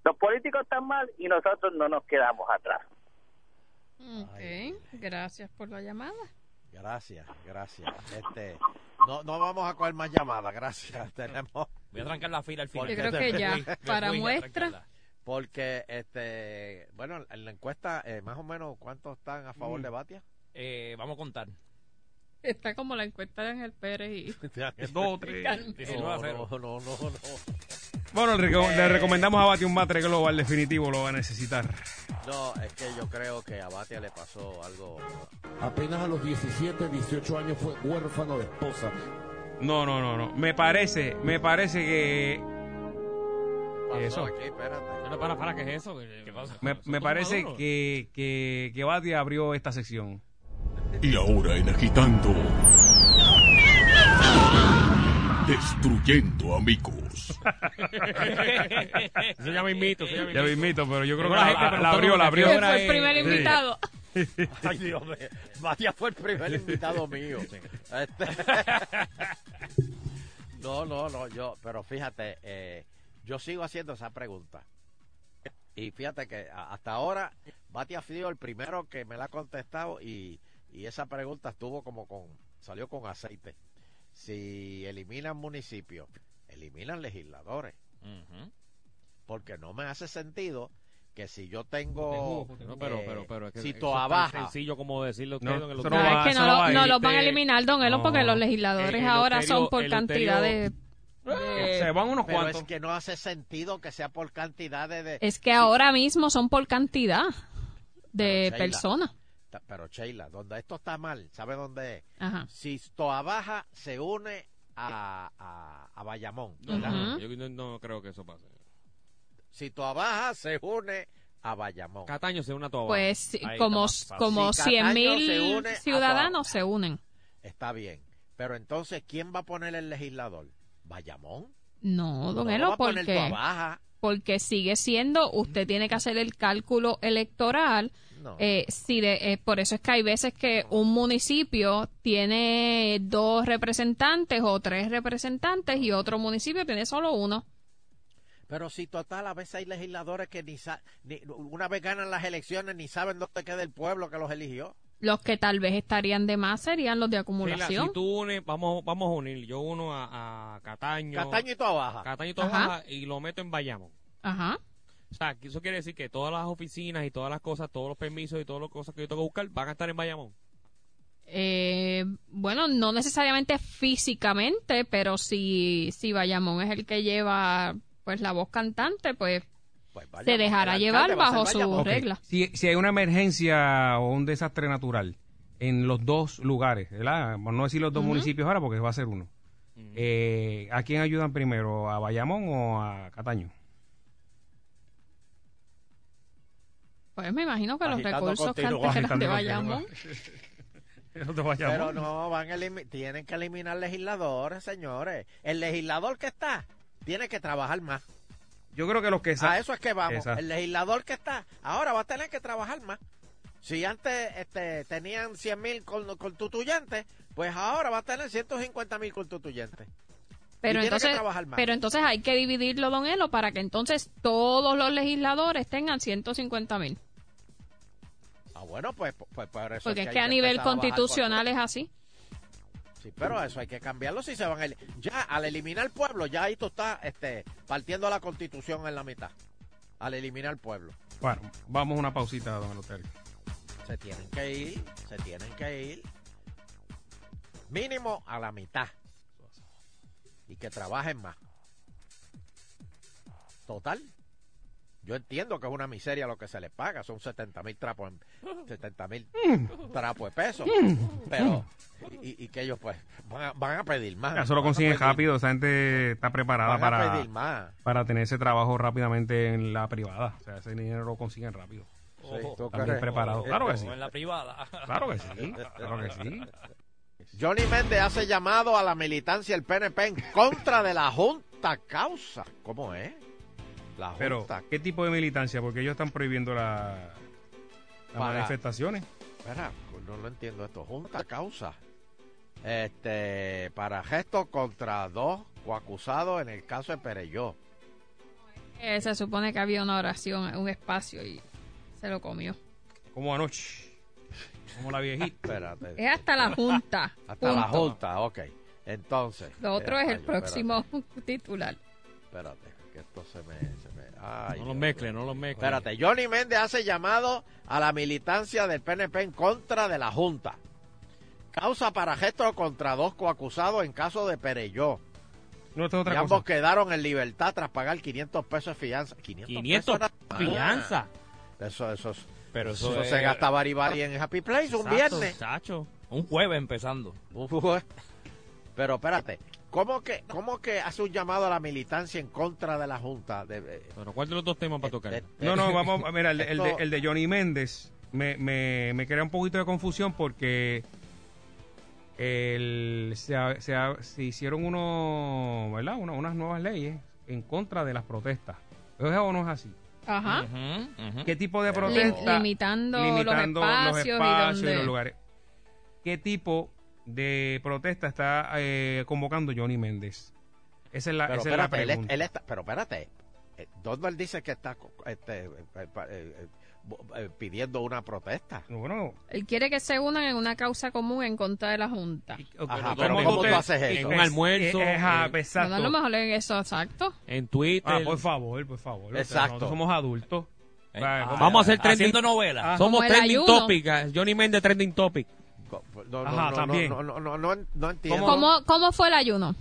I: los políticos están mal y nosotros no nos quedamos atrás.
D: Ok, gracias por la llamada.
B: Gracias, gracias. Este, no, no vamos a coger más llamadas, gracias. (laughs) Tenemos.
L: (laughs) Voy a trancar la fila al final.
B: Porque
D: Yo creo
B: te-
D: que ya,
B: me
D: para
B: voy a
D: muestra.
B: trancarla. Porque, este, bueno, en la encuesta, eh, más o menos, ¿cuántos están a favor
L: Mm.
B: de Batia?
L: Eh, vamos a
B: (laughs)
L: contar.
D: Está como la encuesta de Ángel Pérez y... (laughs)
C: Dos, tres.
D: Carmen.
L: 19 a 0.
B: Eh, No, no, no.
C: Bueno, le, reco- le recomendamos a Bati un batre global, definitivo lo va a necesitar.
B: No, es que yo creo que a Batia le pasó algo.
M: Apenas a los 17, 18 años fue huérfano de esposa.
C: No, no, no, no. Me parece, me parece que.
B: pasó
C: Eso.
B: aquí, espérate.
E: No, no, para, para, ¿qué es eso? Eh, ¿Qué pasa?
C: Me, me parece que, que, que Bati abrió esta sección.
A: Y ahora en Agitando. Destruyendo amigos.
E: (laughs) Eso ya me invito, eso ya me
C: Ya me
E: invito.
C: invito, pero yo
E: Tengo
C: creo que
E: la
C: la,
E: gente
C: la-
E: preguntando
C: la abrió, la
E: que
C: abrió.
E: qué hora es.
D: Primer
C: Sí.
D: invitado.
B: (laughs) Ay, Dios mío. Matías fue el primer invitado mío. Este- (laughs) no, no, no, yo, pero fíjate, eh, yo sigo haciendo esa pregunta. Y fíjate que a- hasta ahora Mati ha sido el primero que me la ha contestado y, y esa pregunta estuvo como con, salió con aceite. Si eliminan municipios, eliminan legisladores. Porque no me hace sentido que si yo tengo...
E: (laughs) No, pero,
B: eh,
E: pero, pero es que
B: si
E: eso es
B: Toa
E: tan
B: baja,
E: sencillo como decirlo usted,
C: No,
E: don
C: eso
E: Eleuterio.
C: no
D: No, es que no, lo- no
C: ahí
D: los van a
C: te-
D: eliminar, don Elo,
C: No.
D: porque los legisladores
E: este, El- el
D: ahora
E: Eleuterio-
D: son por
E: el
D: cantidad de...
C: Eh, se van unos
B: pero
C: cuantos.
B: es que no hace sentido que sea por cantidad de... de-
D: Es que ahora mismo son por cantidad de
B: Sheila,
D: personas.
B: ta- Pero Sheila, donde esto está mal, ¿sabe dónde es?
D: Ajá.
B: Si Toa Baja se une a, a, a Bayamón,
E: No, no,
B: ¿verdad?
E: no, yo no, no creo que eso pase.
B: Si Toa Baja se une a Bayamón.
E: Cataño se une a toda
D: Pues sí,
E: Ahí
D: como,
E: está más fácil.
D: como
B: Si
D: 100
B: Cataño se
D: mil
B: une ah, pues, a
D: ciudadanos se unen.
B: Está bien. Pero entonces, ¿quién va a poner el legislador? ¿Bayamón?
D: No, don
B: pues lo va
D: Elo,
B: a poner Toa
D: porque,
B: Baja.
D: porque sigue siendo, usted tiene que hacer el cálculo electoral.
B: No.
D: Eh, si de- eh, por eso es que hay veces que un municipio tiene dos representantes o tres representantes y otro municipio tiene solo uno.
B: Pero si total, a veces hay legisladores que ni, sa- ni- una vez ganan las elecciones ni saben dónde queda el pueblo que los eligió.
D: Los que tal vez estarían de más serían los de
E: Sheila,
D: acumulación.
E: si tú unes, vamos, vamos a unir. Yo uno a, a Cataño.
B: Castaño y Toa Baja.
E: Cataño y Toa
D: Ajá.
E: Baja y lo meto en Bayamón.
D: Ajá.
E: O sea, que eso quiere decir que todas las oficinas y todas las cosas, todos los permisos y todas las cosas que yo tengo que buscar van a estar en Bayamón.
D: Eh, bueno, no necesariamente físicamente, pero si, si Bayamón es el que lleva pues la voz cantante, pues se dejará
B: el
D: llevar
B: alcalde va a
D: bajo
B: ser
D: su
B: Bayamón.
C: Ok,
D: regla.
C: Si, si hay una emergencia o un desastre natural en los dos lugares, ¿verdad? Por no decir los dos
D: Ujú.
C: municipios ahora porque va a ser uno. Eh, ¿A quién ayudan primero? ¿A Bayamón o a Cataño?
D: Pues me imagino que los
B: Agitando
D: recursos
B: continúa,
D: canteras de
C: agitando
D: Bayamón.
B: (laughs)
C: Eso te
B: Pero no, van a elimi- tienen que eliminar legisladores, señores. El legislador que está tiene que trabajar más.
C: Yo creo que los que... sa-
B: A eso es que vamos.
C: Exacto.
B: El legislador que está ahora va a tener que trabajar más. Si antes este, tenían 100 mil constituyentes, pues ahora va a tener 150 mil constituyentes.
D: Pero
B: Y tiene que
D: entonces,
B: trabajar más.
D: pero entonces hay que dividirlo, don Elo, para que entonces todos los legisladores tengan 150 mil.
B: Ah, bueno, pues, pues, pues por eso.
D: Porque es
B: es hay
D: que a nivel
B: empezar a bajar
D: constitucional es así.
B: cuatro- Sí, pero eso hay que cambiarlo si se van a. el- Ya, al eliminar el pueblo, ya ahí tú estás este, partiendo la constitución en la mitad. Al eliminar el pueblo.
C: Bueno, vamos a una pausita, don Eloterio.
B: Se tienen que ir, se tienen que ir. mínimo a la mitad. Y que trabajen más. Total. Yo entiendo que es una miseria lo que se les paga. Son 70 mil trapos, en- 70 mil trapos de peso. Pero, y, y que ellos pues van a, van a pedir más.
C: Eso lo
B: Van a
C: consiguen
B: pedir
C: rápido, esa gente está preparada
B: Van a pedir
C: para,
B: más.
C: para tener ese trabajo rápidamente en la privada. O sea, ese dinero lo consiguen rápido.
B: Sí, toca
C: Están bien
B: re-
C: preparados. Claro que sí.
F: O en la privada.
C: Claro que sí. Claro que sí.
B: Johnny Méndez hace llamado a la militancia del PNP en contra de la Junta Causa. ¿Cómo es? La
C: Pero,
B: Junta.
C: ¿qué tipo de militancia? Porque ellos están prohibiendo la- las
B: Para-
C: manifestaciones.
B: Espera, no lo entiendo esto. Junta Causa. Este, para gestos contra dos coacusados en el caso de Pereyó.
D: Eh, se supone que había una oración, un espacio y se lo comió.
C: Como anoche. Como la viejita.
B: Espérate.
D: Es hasta la junta.
B: (laughs) Hasta la
D: punto.
B: Junta, ok. Entonces.
D: Lo otro
B: eh,
D: es
B: ay,
D: el próximo (laughs) titular.
B: Espérate, espérate, que esto se me. se me- ay,
E: No
B: Dios
E: los mezcles,
B: mío.
E: no los mezcles.
B: Espérate, Johnny Méndez hace llamado a la militancia del PNP en contra de la Junta. Causa para gestos contra dos coacusados en caso de Pereyó.
C: No, esto es
B: Y
C: otra
B: ambos
C: cosa.
B: quedaron en libertad tras pagar 500 pesos de fianza. 500,
E: 500
B: pesos nada más.
E: fianza.
B: Eso, eso, es-
F: Pero
B: eso,
F: eso es-
B: se gasta baribari en Happy Place un
F: Exacto,
B: viernes.
F: Chacho. Un jueves empezando.
B: Ujú. Pero espérate, ¿cómo que, ¿cómo que hace un llamado a la militancia en contra de la Junta? De, eh,
E: Bueno, ¿cuál de los dos temas para tocar?
C: No, no,
B: (laughs)
C: vamos. a- Mira, el, el de,
B: Esto-
C: el de Johnny Méndez me, me, me crea un poquito de confusión porque el- se, ha- se ha- se hicieron uno, ¿verdad? Uno- unas nuevas leyes en contra de las protestas. ¿Es o no es así?
D: Ajá.
C: ¿Qué tipo de
D: Pero-
C: protesta?
D: Lim- limitando los espacios y dónde-
C: los lugares. ¿Qué tipo de protesta está eh, convocando Johnny Méndez? Esa es la,
B: pero
C: esa es la
B: espérate, él,
C: pregunta.
B: él está, pero espérate, eh, Donald dice que está co- este, eh, eh, pa- eh, eh, bo- eh, pidiendo una protesta.
C: Bueno,
D: Él quiere que se unan en una causa común en contra de la junta.
B: Ajá,
E: pero
B: pero
E: ¿cómo
B: ¿cómo
E: tú
B: tú
E: te-
B: haces
E: en
B: eso?
E: un almuerzo,
C: Eh,
B: Ah,
C: ajá,
E: eh,
C: exacto.
D: No, no, lo mejor es eso, exacto.
E: En Twitter.
C: Ah, por favor, por favor. O sea,
E: Exacto.
C: nosotros somos adultos. O sea, como-
E: Vamos a hacer trending.
F: Haciendo novelas.
E: Ajá.
D: Como
E: Somos
D: el
E: trending
D: ayuno.
E: topic. ah, Johnny Méndez trending topic.
B: No, no,
E: Ajá,
B: no,
E: también.
B: No, no, no, no, no entiendo.
D: ¿Cómo, ¿Cómo fue el ayuno?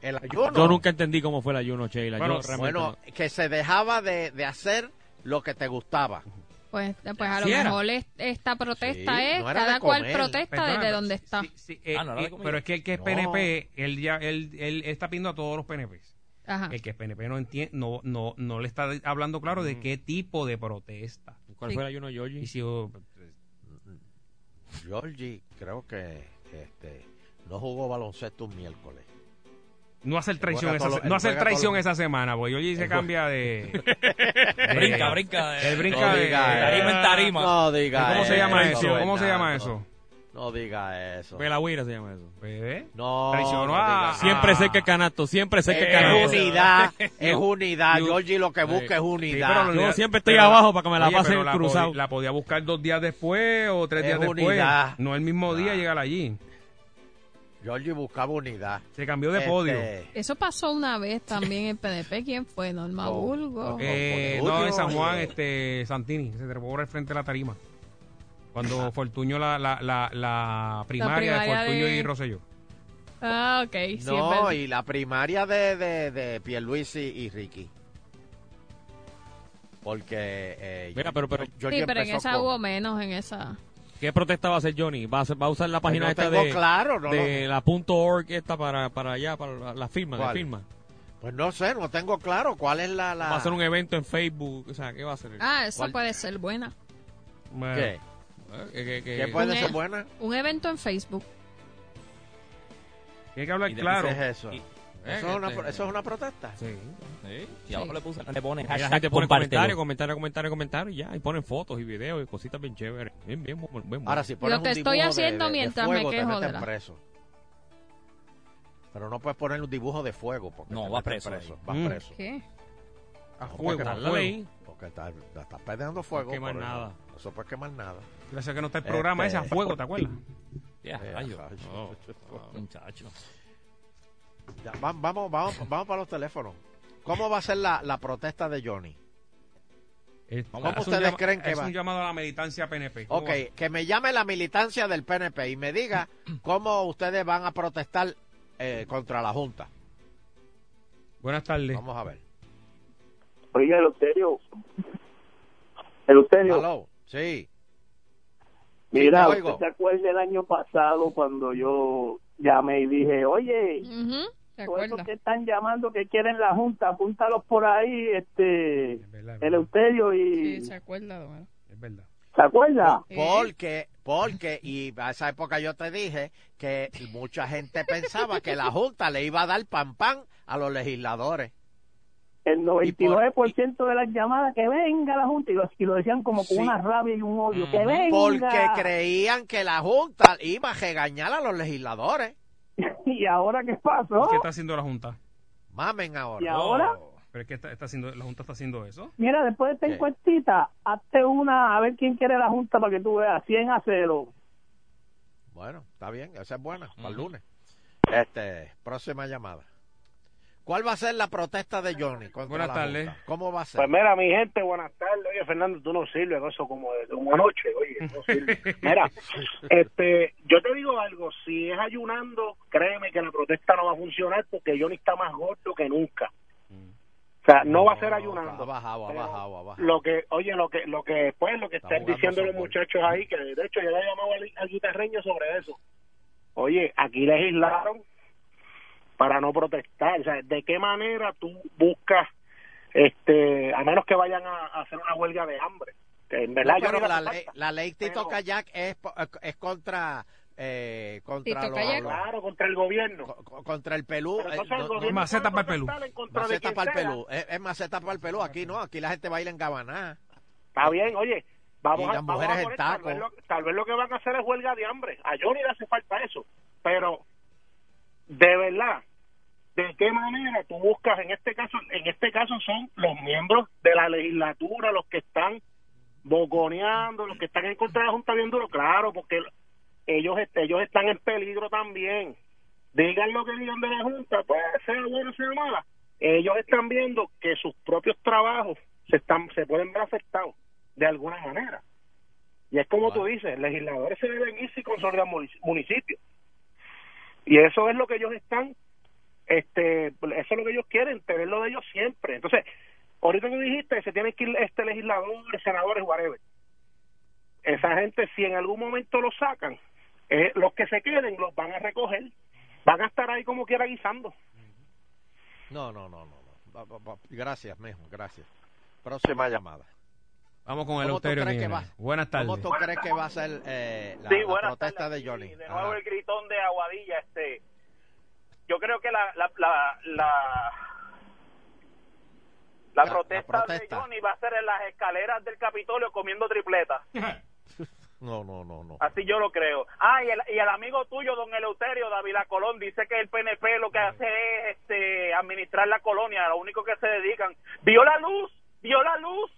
B: El ayuno.
E: Yo nunca entendí cómo fue el ayuno, Sheila.
B: Bueno,
E: Yo realmente
B: bueno, que se dejaba de, de hacer lo que te gustaba.
D: Pues, eh, pues a lo
B: Sí era.
D: mejor es- esta protesta
B: Sí,
D: es
B: no era de
D: cada cual
B: comer.
D: protesta
C: Perdóname,
D: desde donde está.
C: Eh,
F: Ah, no, no,
C: eh,
F: de comida.
C: pero es que el que es
F: No.
C: PNP, él ya él, él está pidiendo a todos los PNPs.
D: Ajá.
C: El que es PNP no entiende, no, no, no le está hablando claro de qué tipo de protesta.
E: no. ¿Cuál fue el ayuno, Georgie?
C: Y si, oh,
B: Georgie, creo que este, no jugó baloncesto un miércoles.
C: no hacer traición,
B: juega
C: esa,
B: todo lo-
C: no
B: él
C: hacer
B: juega
C: traición
B: todo lo-
C: esa semana, porque yo allí se
B: juega-
C: cambia de,
F: Brinca, brinca de-
C: él brinca
B: No
C: de,
B: diga
F: tarima en tarima.
B: No diga
C: ¿Cómo se llama eso?
B: Bernardo.
C: ¿Cómo se llama eso?
B: No diga eso.
E: Belagüira se llama eso.
C: Bebé.
B: No.
E: ¿Eh? Traicionó
B: no
C: Ah,
E: a-
B: diga
E: Siempre
B: eso.
E: sé que canasto, siempre sé que
B: Es
E: canasto. (laughs)
B: unidad, es
E: Yo-
B: unidad.
E: yo-
B: Georgie lo que busca
C: Sí,
B: es
C: pero
B: unidad.
C: lo-
E: Yo siempre estoy
C: pero
E: abajo para que me la
C: oye,
E: pasen
C: pero la
E: cruzado.
C: podía- la podía buscar dos días después o tres
B: Es
C: días después.
B: unidad.
C: No el mismo día llegar allí.
B: Georgie buscaba unidad.
C: Se cambió
D: Este.
C: de podio.
B: Este,
D: Eso pasó una vez también en PDP. ¿Quién fue? Norma
C: Oh,
D: Burgo.
C: Eh,
B: Con- con
C: no,
B: Julio.
C: en San Juan, este, Santini, se trepó por el frente de la tarima. Cuando Fortuño la, la, la, la primaria,
D: primaria
C: de Fortuño
D: de-
C: y Rosselló.
D: Ah, ok. sí, es
B: No,
D: verdad.
B: y la primaria de, de, de Pierluisi y Ricky. Porque. eh,
E: Mira, pero- pero-
B: Georgie
D: Sí, pero en
B: empezó
D: esa
B: con-
D: hubo menos en esa.
E: ¿Qué protesta va a hacer Johnny? ¿Va a, hacer- va a usar la página
B: Pues no
E: esta
B: tengo
E: de,
B: claro, no
E: de la punto .org esta para, para allá, para la, la firma, la
B: ¿Cuál?
E: firma?
B: Pues no sé, no tengo claro cuál es la. la-
E: ¿Va a hacer un evento en Facebook? O sea, ¿qué va a hacer?
D: Ah, eso
E: ¿Cuál?
D: puede ser buena.
B: ¿Qué?
E: Eh, que- que-
B: ¿Qué
E: que-
B: puede
D: Un
B: ser
D: e-
B: buena?
D: Un evento en Facebook.
C: Tiene que hablar
F: Y de-
C: claro.
B: ¿Qué es eso? Eh,
F: Y-
B: Eso es, una, pro- eso es una protesta.
E: eh, este, Sí.
F: Sí. Y abajo
D: Sí.
F: le, puse, le pone
E: Ahí la
F: hashtag
E: gente pone
F: compártelo.
E: comentario, comentario, comentario, comentario y ya. Y ponen fotos y videos y cositas bien chéveres. Bien, bien, bien, bien, bien.
B: Ahora, si pones
D: Lo que
B: un
D: estoy
B: dibujo de-
D: haciendo
B: de- de
D: mientras
B: fuego,
D: me
B: te
D: quejo
B: meten
D: de la-
B: preso. Pero no puedes poner un dibujo de fuego. Porque
F: No,
B: te
F: va
B: meten
F: preso ahí.
B: Va
C: Mm.
B: preso.
D: ¿Qué?
C: A
B: No,
C: fuego,
B: porque-
C: a
E: la
C: fuego.
E: ley.
B: Porque estás estás perdiendo fuego.
E: quemar
B: por el-
E: nada.
B: No se puede quemar nada.
C: Gracias que no está el programa
B: Este-
C: ese a fuego,
E: (laughs)
C: ¿te acuerdas?
F: Ya,
B: Eh,
F: rayo.
B: ajá.
E: Oh,
F: Muchacho.
B: Ya, va- vamos, vamos, vamos para los teléfonos. ¿Cómo va a ser la, la protesta de Johnny?
C: Es-
B: ¿Cómo
C: es un
B: ustedes
C: llama-
B: creen que
C: es
B: va?
C: un llamado a la militancia PNP. ¿Cómo
B: Ok,
C: va?
B: que me llame la militancia del PNP y me diga cómo ustedes van a protestar eh, contra la Junta.
C: Buenas tardes.
B: Vamos a ver.
K: Oiga, Eleuterio. Eleuterio.
B: Aló, sí.
K: Mira,
B: Sí, te
K: ¿usted
B: oigo.
K: se acuerda el año pasado cuando yo llamé y dije, oye, todos esos que están llamando que quieren la Junta, apúntalos por ahí, este, Eleuterio y...
D: Sí, se acuerda, don Elo.
C: Es verdad.
K: ¿Se acuerda?
B: Porque, porque, y a esa época yo te dije que mucha gente pensaba que la Junta le iba a dar pan pan a los legisladores.
K: El 99% de las llamadas que venga la Junta, y lo, y lo decían como con
B: Sí.
K: una rabia y un
C: Mm.
K: odio, que venga.
B: Porque creían que la Junta iba a regañar a los legisladores.
K: (laughs) ¿Y ahora qué pasó?
C: ¿Y ¿Qué está haciendo la Junta?
B: Mamen ahora. Oh.
K: ¿Y ahora?
C: ¿Pero es que está, está haciendo, la Junta está haciendo eso?
K: Mira, después de esta encuestita, hazte una a ver quién quiere la Junta para que tú veas, 100 a 0.
B: Bueno, está bien, esa es buena, para el lunes. Este, próxima llamada. ¿Cuál va a ser la protesta de Johnny contra
N: Buenas
B: la
N: tardes.
B: Junta? ¿Cómo va a ser?
N: Pues mira, mi gente, buenas tardes. Oye, Fernando, tú no sirves con eso como de como anoche, oye,
K: (laughs)
N: no sirves. Mira, este, yo te digo algo, si es ayunando, créeme que la protesta no va a funcionar porque Johnny está más gordo que nunca. O sea, no, va a ser ayunando.
B: Ha bajado, ha bajado, ha bajado.
N: Lo que, oye, lo que, lo que, pues, lo que están diciendo los muchachos ahí, que de hecho yo le he llamado al, al guitarreño sobre eso. Oye, aquí legislaron para no protestar. O sea, ¿de qué manera tú buscas, este, a menos que vayan a, a hacer una huelga de hambre? Que en
B: No,
N: verdad
B: eh,
N: yo
B: pero
N: no
B: la,
N: la
B: ley, la ley Tito
N: Pero-
B: Kayak es, po- es contra, eh, contra,
N: Tito Kayak. Claro, contra el gobierno.
B: contra el pelú.
N: Pero
B: eh,
N: entonces el
B: no- no-
N: gobierno
C: Maceta puede para el protestar
B: Maceta
C: Pelú. en contra de quien
B: para el
C: sea.
B: pelú. Es, es maceta para el pelú. Aquí no, aquí la gente baila en gabaná.
N: Está bien, oye, vamos
B: Y
N: a,
B: las
N: vamos a
B: mujeres en
N: poner, tal,
B: taco.
N: vez lo, tal vez lo que van a hacer es huelga de hambre. A Johnny le hace falta eso. Pero, de verdad, ¿de qué manera tú buscas, en este caso, en este caso son los miembros de la legislatura, los que están boconeando, los que están en contra de la Junta bien duro? Claro, porque ellos, este, ellos están en peligro también. Digan lo que digan de la Junta, pues sea bueno o sea mala. Ellos están viendo que sus propios trabajos se están se pueden ver afectados de alguna manera. Y es como tú dices, legisladores se deben ir si consolidan munici- municipios. Y eso es lo que ellos están, este, eso es lo que ellos quieren, tenerlo de ellos siempre. Entonces, ahorita tú dijiste, se tienen que ir este legislador, senadores, whatever. Esa gente, si en algún momento lo sacan, eh, los que se queden los van a recoger, van a estar ahí como quiera guisando.
B: No, no, no, no. no. Va- va- va- Gracias, mijo, gracias. Próxima llamada.
C: Vamos con el
B: ¿Cómo tú
C: Eleuterio.
B: crees que
C: Quiñones.
B: va?
C: Buenas tardes.
B: ¿Cómo tú crees que va a ser eh, la,
H: Sí,
B: la
H: buenas
B: protesta de Johnny? Ah,
H: de nuevo
B: Ajá.
H: el gritón de Aguadilla este yo creo que la la la, la, la protesta,
B: protesta.
H: de Johnny va a ser en las escaleras del Capitolio comiendo tripletas
B: No, no, no, no.
H: así yo lo creo ah y el, y el amigo tuyo don Eleuterio David Colón dice que el PNP lo que hace es este administrar la colonia lo único que se dedican vio la luz vio la luz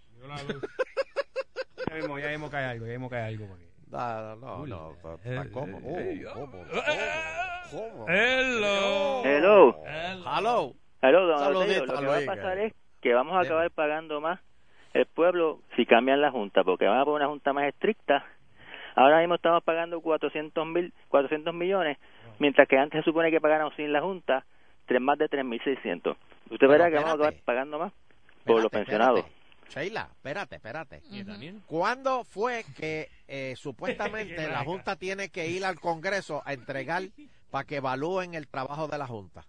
C: Ya vimos, ya vimos que hay algo, ya vimos que hay algo. porque- Eh,
B: No, no, no, está- está como, oh, como, como, como.
O: Hello.
I: Hello.
B: Hello.
I: Hello, don
B: Saludito,
I: Eleuterio. Lo que va a
B: Luis.
I: pasar es que vamos a acabar pagando más el pueblo si cambian la junta, porque van a poner una junta más estricta. Ahora mismo estamos pagando 400, mil, 400 millones, mientras que antes se supone que pagáramos sin la junta tres más de 3.600. Usted
B: Pero
I: verá que vamos a
B: espérate.
I: acabar pagando más por los
B: Espérate,
I: pensionados.
B: espérate. Sheila, espérate, espérate. ¿Cuándo fue que
C: (laughs)
B: eh, supuestamente la Junta tiene que ir al Congreso a entregar para que evalúen el trabajo de la Junta?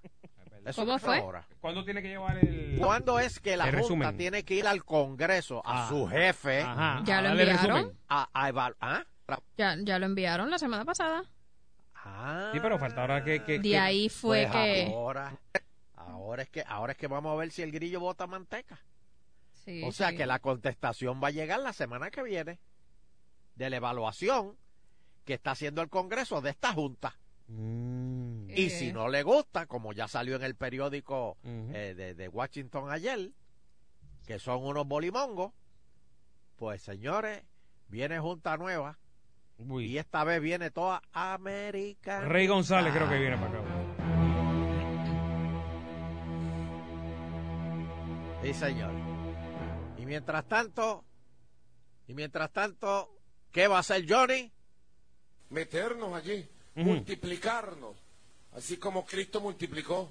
B: Eso
C: ¿Cómo
B: no es
C: fue?
B: ahora.
C: ¿Cuándo tiene que llevar el...?
B: ¿Cuándo es que la
C: El
B: Junta
C: resumen.
B: tiene que ir al Congreso a
C: Ah.
B: su jefe
C: Ajá. ¿Ya lo Dale enviaron? resumen.
B: a, a ¿ah? evaluar?
D: Ya, ya lo enviaron la semana pasada.
C: Sí, pero falta ahora que... que-
D: De
C: que-
D: ahí fue
B: ah. Pues
D: que...
B: ahora, ahora es que ahora es que vamos a ver si el grillo bota manteca.
D: Sí,
B: o sea
D: sí.
B: que la contestación va a llegar la semana que viene de la evaluación que está haciendo el Congreso de esta junta. Y
C: Eh.
B: si no le gusta, como ya salió en el periódico
C: Ujú.
B: eh, de, de Washington ayer, que son unos bolimongos, pues señores, viene junta nueva. Y esta vez viene toda América.
C: Rey González creo que viene para acá.
B: Sí, señor. mientras tanto, y mientras tanto, ¿qué va a hacer Johnny?
P: Meternos allí, multiplicarnos, así como Cristo multiplicó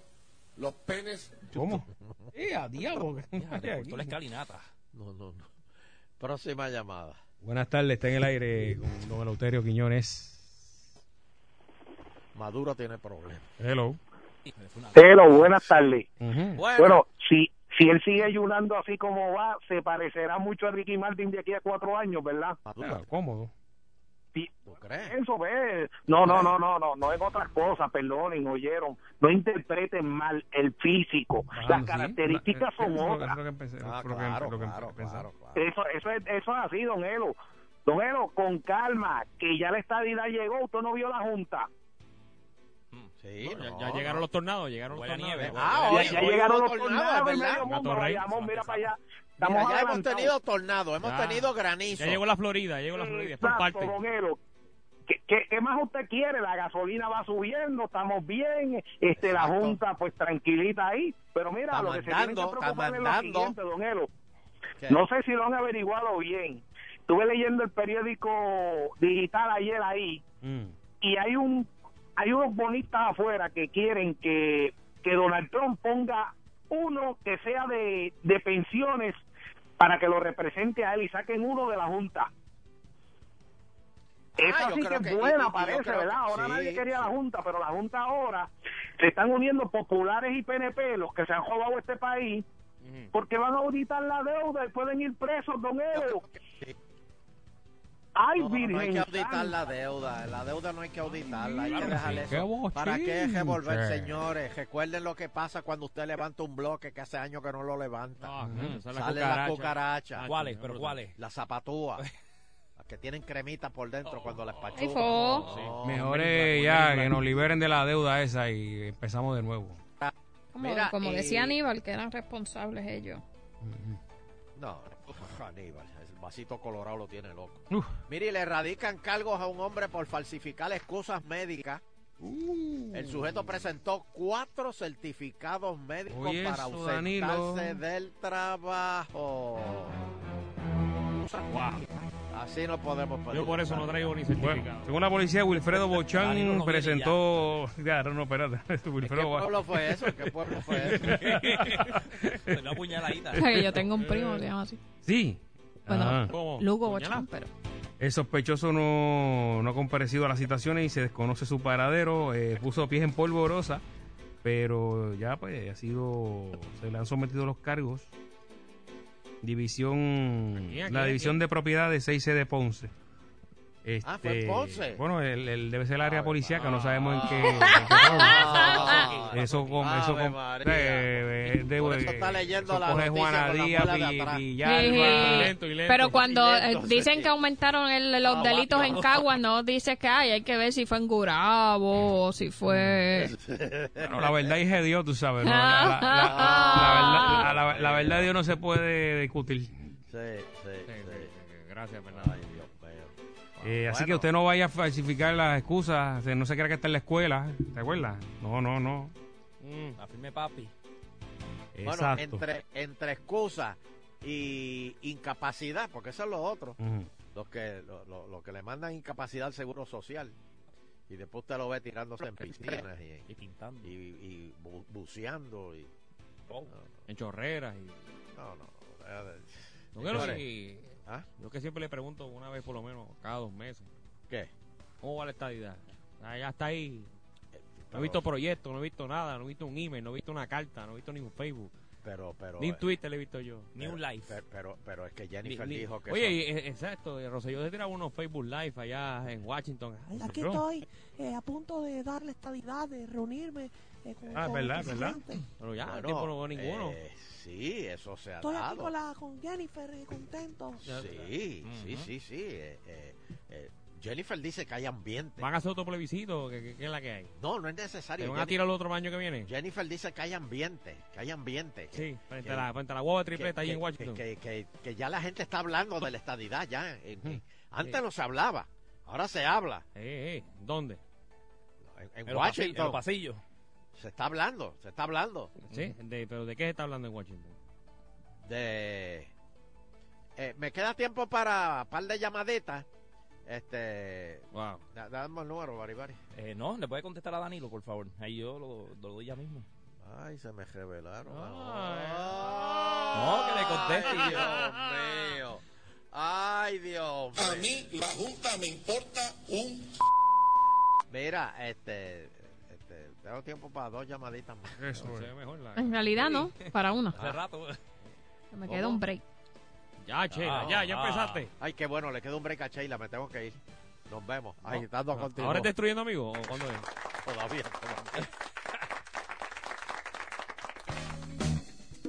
P: los penes.
C: ¿Cómo?
F: ¡Eh, a
B: (laughs)
F: diablo!
C: Oye,
F: la escalinata.
B: No, no, no. Próxima llamada.
C: Buenas tardes, está en el aire con don Eleuterio Quiñones.
B: Maduro tiene problemas.
C: Hello.
I: Pero buenas tardes.
B: Bueno.
I: Bueno, si, si él sigue ayunando así como va, se parecerá mucho a Ricky Martin de aquí a cuatro años, ¿verdad?
C: Ah, cómodo.
I: Eso ve. No, no, no, no, no, no es otras cosas, perdonen, oyeron. No interpreten mal el físico.
C: Ah,
I: Las características son otras.
B: Ah,
I: Eso, eso, es, eso es así, don Elo. Don Elo, con calma, que ya la estadidad llegó, usted no vio la junta.
F: Mm.
B: Sí,
E: ya, ya llegaron los tornados, llegaron los tornados.
B: nieve.
E: ya-
B: Ah,
E: ya-
B: hoy-
E: ya
B: hoy
E: llegaron
B: hubo
E: los
B: tornados,
E: tornados,
B: ¿verdad?
E: medio mundo,
B: Gatorade.
E: vayamos, mira
I: para allá.
B: Mira,
I: Estamos
B: ya hemos
I: adelantados.
B: tenido tornado, hemos
E: Ya.
B: tenido granizo.
E: Ya llegó la Florida, llegó la Florida, por
I: Exacto,
E: parte.
I: don Elo. ¿Qué, qué, qué más usted quiere? La gasolina va subiendo, estamos bien, este la
B: Exacto.
I: Junta pues tranquilita ahí, pero mira,
B: Está
I: lo que se tienen
B: mandando,
I: que
B: está
I: preocupar es lo
B: mandando.
I: siguiente, don Elo.
B: ¿Qué?
I: No sé si lo han averiguado bien. Estuve leyendo el periódico digital ayer ahí
B: Mm.
I: y hay un hay unos bonistas afuera que quieren que, que Donald Trump ponga uno que sea de, de pensiones para que lo represente a él y saquen uno de la Junta. Esa
B: Ah, yo
I: sí que
B: creo
I: es
B: que- y- y
I: buena,
B: yo
I: parece,
B: creo
I: ¿verdad?
B: que-
I: Ahora
B: sí,
I: nadie quería la Junta, pero la Junta ahora se están uniendo populares y PNP, los que se han robado este país, porque van a auditar la deuda y pueden ir presos, don Evo. Ay,
B: No, no,
I: Virgen.
B: no hay que auditar
I: Santa.
B: la deuda, la deuda no hay que auditarla, hay que
I: Claro,
B: dejar
I: sí.
B: eso.
I: Qué bochinche.
B: ¿Para qué revolver, señores? Recuerden lo que pasa cuando usted levanta un bloque que hace años que no lo levanta.
F: coño, Ah, esa es la
B: Sale
F: cucaracha.
B: la cucaracha.
F: ¿Cuáles? ¿Pero cuáles?
B: Las zapatúas. Las que tienen cremita por dentro cuando las pachugan.
D: Ay, fo.
B: No,
C: Mejor
B: hombre,
C: es ya que nos liberen de la deuda esa y empezamos de nuevo.
D: Como,
B: Mira, eh,
D: como
B: y-
D: decía Aníbal, que eran responsables
B: (laughs)
D: ellos.
B: No, no, Aníbal, el vasito colorado lo tiene loco.
C: Uf.
B: Mire, y le radican cargos a un hombre por falsificar excusas médicas. El sujeto presentó cuatro certificados médicos
C: Oye,
B: para
C: eso,
B: ausentarse
C: Danilo.
B: del trabajo. Así no podemos pedir.
E: Yo por eso no traigo ni certificado.
C: Según la policía, Wilfredo
E: Danilo
C: Bochán
E: no viene
C: presentó. (laughs) Ya, no, no, espérate. (laughs)
B: ¿Qué
C: Wilfredo Bochán.
B: pueblo fue eso? ¿Qué pueblo fue eso? (laughs)
F: Se lo
D: (laughs)
F: apuñaladita.
D: Que yo tengo un primo que se llama así.
C: Sí.
D: Bueno,
C: Ajá.
D: Lugo Bochán, pero.
C: El sospechoso no, no ha comparecido a las citaciones y se desconoce su paradero. eh, puso pies en polvorosa, pero ya pues ha sido. Se le han sometido los cargos. División.
E: quién, a
C: la
E: quién?
C: división de propiedades 6C de Ponce.
B: Ah, fue en
C: Este,
B: Ponce.
C: Bueno, el, el- debe ser el área policíaca, no sabemos (laughs) en qué.
B: Ah.
C: eso con. Eso
B: Ave
C: con
B: María.
C: eh, eh, de-
B: Por eso está leyendo
C: eso
B: la
C: coge
B: noticia
C: Juana
B: con la
C: Díaz,
B: muela de
C: Vi-
B: atrás.
C: Villalba.
D: Sí. Eh, Pero cuando
B: Y lento,
D: eh, dicen
B: sí.
D: que aumentaron el- los
B: Ah,
D: delitos
B: guapo.
D: en Caguas, no dice que hay, hay que ver si fue en Gurabo o si fue...
C: Bueno, la verdad es de Dios, tú sabes. ¿no? La, la-
L: Ah.
C: la- la verdad, la- la- la verdad de Dios no se puede discutir.
B: Sí, sí, sí.
E: Gracias, Fernando.
B: Ay, Dios mío.
C: Eh, Así que usted no vaya a falsificar las excusas. se- No se crea que está en la escuela. ¿Te acuerdas? No, no, no.
F: Afirme papi.
B: Mm. Bueno,
C: Exacto.
B: entre, entre excusa y incapacidad, porque eso es lo otro.
C: Ujú.
B: Los que, lo, lo- lo que le mandan incapacidad al seguro social. Y después usted lo ve tirándose en piscinas y,
F: Y pintando.
B: y, y bu- buceando. Y,
E: En chorreras y...
B: no, no. eh,
E: Don Elo,
B: señores,
E: y-
B: ¿Ah?
E: Yo que siempre le pregunto una vez por lo menos, cada dos meses.
B: ¿Qué?
E: ¿Cómo va la estadidad? Ah, Ya está ahí. No he visto proyectos, no he visto nada, no he visto un email, no he visto una carta, no he visto ni un Facebook.
B: Pero, pero.
E: ni un
B: eh,
E: Twitter le he visto yo.
F: Ni un
B: pero-
F: live.
B: Pero, pero, pero es que Jennifer
E: Ni- ni-
B: dijo que.
E: Oye,
B: son-
E: y, eh, exacto, eh, Rosselló se tiraba unos Facebook Live allá en Washington. Ay,
Q: Aquí
E: yo.
Q: estoy eh, a punto de dar la estadidad, de reunirme eh, con,
E: Ah,
Q: con
E: verdad,
Q: el
E: verdad.
Q: presidente.
E: Pero ya, el
B: Bueno,
E: tiempo no veo ninguno.
B: eh, sí, eso se ha
Q: Estoy aquí
B: dado.
Q: con, la, con Jennifer, eh, contento.
B: Sí, sí,
E: Ujú.
B: sí, sí. eh, eh, eh, Jennifer dice que hay ambiente.
E: ¿Van a hacer otro plebiscito? ¿Qué, qué- qué es la que hay?
B: No, no es
E: ¿Te
B: necesario.
E: van a
B: Jenni-
E: tirar el otro año que viene?
B: Jennifer dice que hay ambiente, que hay ambiente. que-
E: Sí, frente,
B: que-
E: a, la, frente a la guava
B: que,
E: tripleta ahí
B: que-
E: en Washington.
B: que- que- que ya la gente está hablando de la estadidad ya. en- en- Antes no se hablaba, ahora se habla.
E: Eh, eh, ¿Dónde?
B: En, en
F: En los pasillos, en
B: Washington
F: los pasillos.
B: se está hablando, se está hablando
E: Sí, de- pero ¿de qué se está hablando en Washington?
B: de eh, me queda tiempo para un par de llamaditas. Este. Wow. Dame el número, Baribari.
E: Eh, no, le puede contestar a Danilo, por favor. Ahí yo lo, lo doy ya mismo. Ah.
B: Ay, se me revelaron.
E: No, que le conteste.
B: Ay, Dios mío. Ay, Dios mío.
R: A mí la Junta me importa un...
B: Mira, este, este, tengo tiempo para dos llamaditas más.
C: Eso
B: No sé,
C: es.
B: mejor la-
D: En realidad no, para una.
B: Hace rato.
D: Que Me
B: ¿Cómo?
D: queda un break.
S: Ya, Sheila, ya, ya empezaste.
B: Ah, Ay, qué bueno, le queda un break a Sheila, me tengo que ir. Nos vemos.
E: Ah.
S: No,
B: Agitando
S: no.
B: contigo.
S: ¿Ahora es destruyendo amigos o cuándo es?
B: Todavía,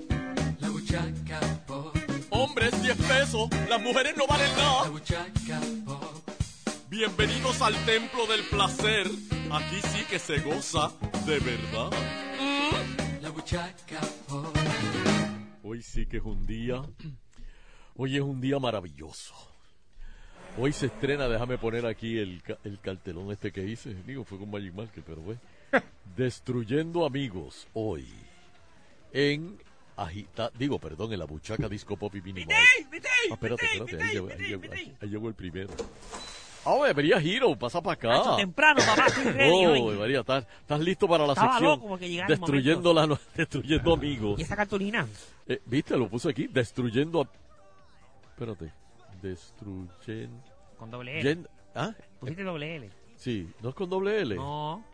B: todavía.
A: La buchaca pop. Hombres 10 pesos, las mujeres no valen nada. La buchaca pop. Bienvenidos al templo del placer. Aquí sí que se goza de verdad. La buchaca pop. Hoy sí que es un día. Hoy es un día maravilloso. Hoy se estrena, déjame poner aquí el, ca- el cartelón este que hice. Digo, fue con Magic Market, pero fue. Destruyendo amigos hoy. En agita, digo, perdón, en la buchaca disco pop y minimal. Ah, espérate, espérate, ahí llegó, ahí llegó- ahí llegó el primero. Ah, hombre, María Hero, pasa para acá.
L: Nacho, temprano, papá,
A: (coughs)
L: estoy ready
A: Oh,
L: hoy.
A: María, ¿estás, estás listo para la
L: Estaba
A: sección?
L: loco porque llegaba el
A: destruyendo, la, no- destruyendo amigos.
L: ¿Y esa cartulina?
A: Eh, ¿Viste? Lo puse aquí. Destruyendo. a- Espérate. Destruyendo.
L: Con doble L.
A: ¿Ah?
L: Pusiste doble L.
A: Sí. ¿No es con doble L?
L: No.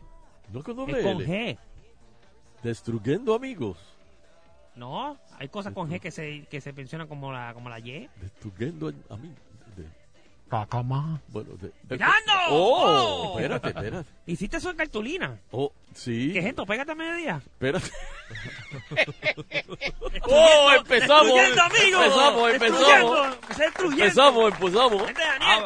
A: ¿No es con doble
L: Es con
A: L?
L: G.
A: Destruyendo amigos.
L: No, hay cosas con G que se, que se mencionan como la, como la Y.
A: Destruyendo amigos. Bueno, de, de-
L: ¡Mirando!
A: Oh,
L: ¡Oh!
A: Espérate, espérate.
L: Hiciste eso en cartulina.
A: Oh, sí.
L: ¿Qué es esto? Pégate a mediodía. (laughs)
A: Espérate.
L: Destruyendo-
A: ¡Oh, empezamos!
L: destruyendo, amigo.
A: Empezamos,
L: Destruyendo,
A: empezamos.
L: empecé destruyendo.
A: Empezamos, empezamos.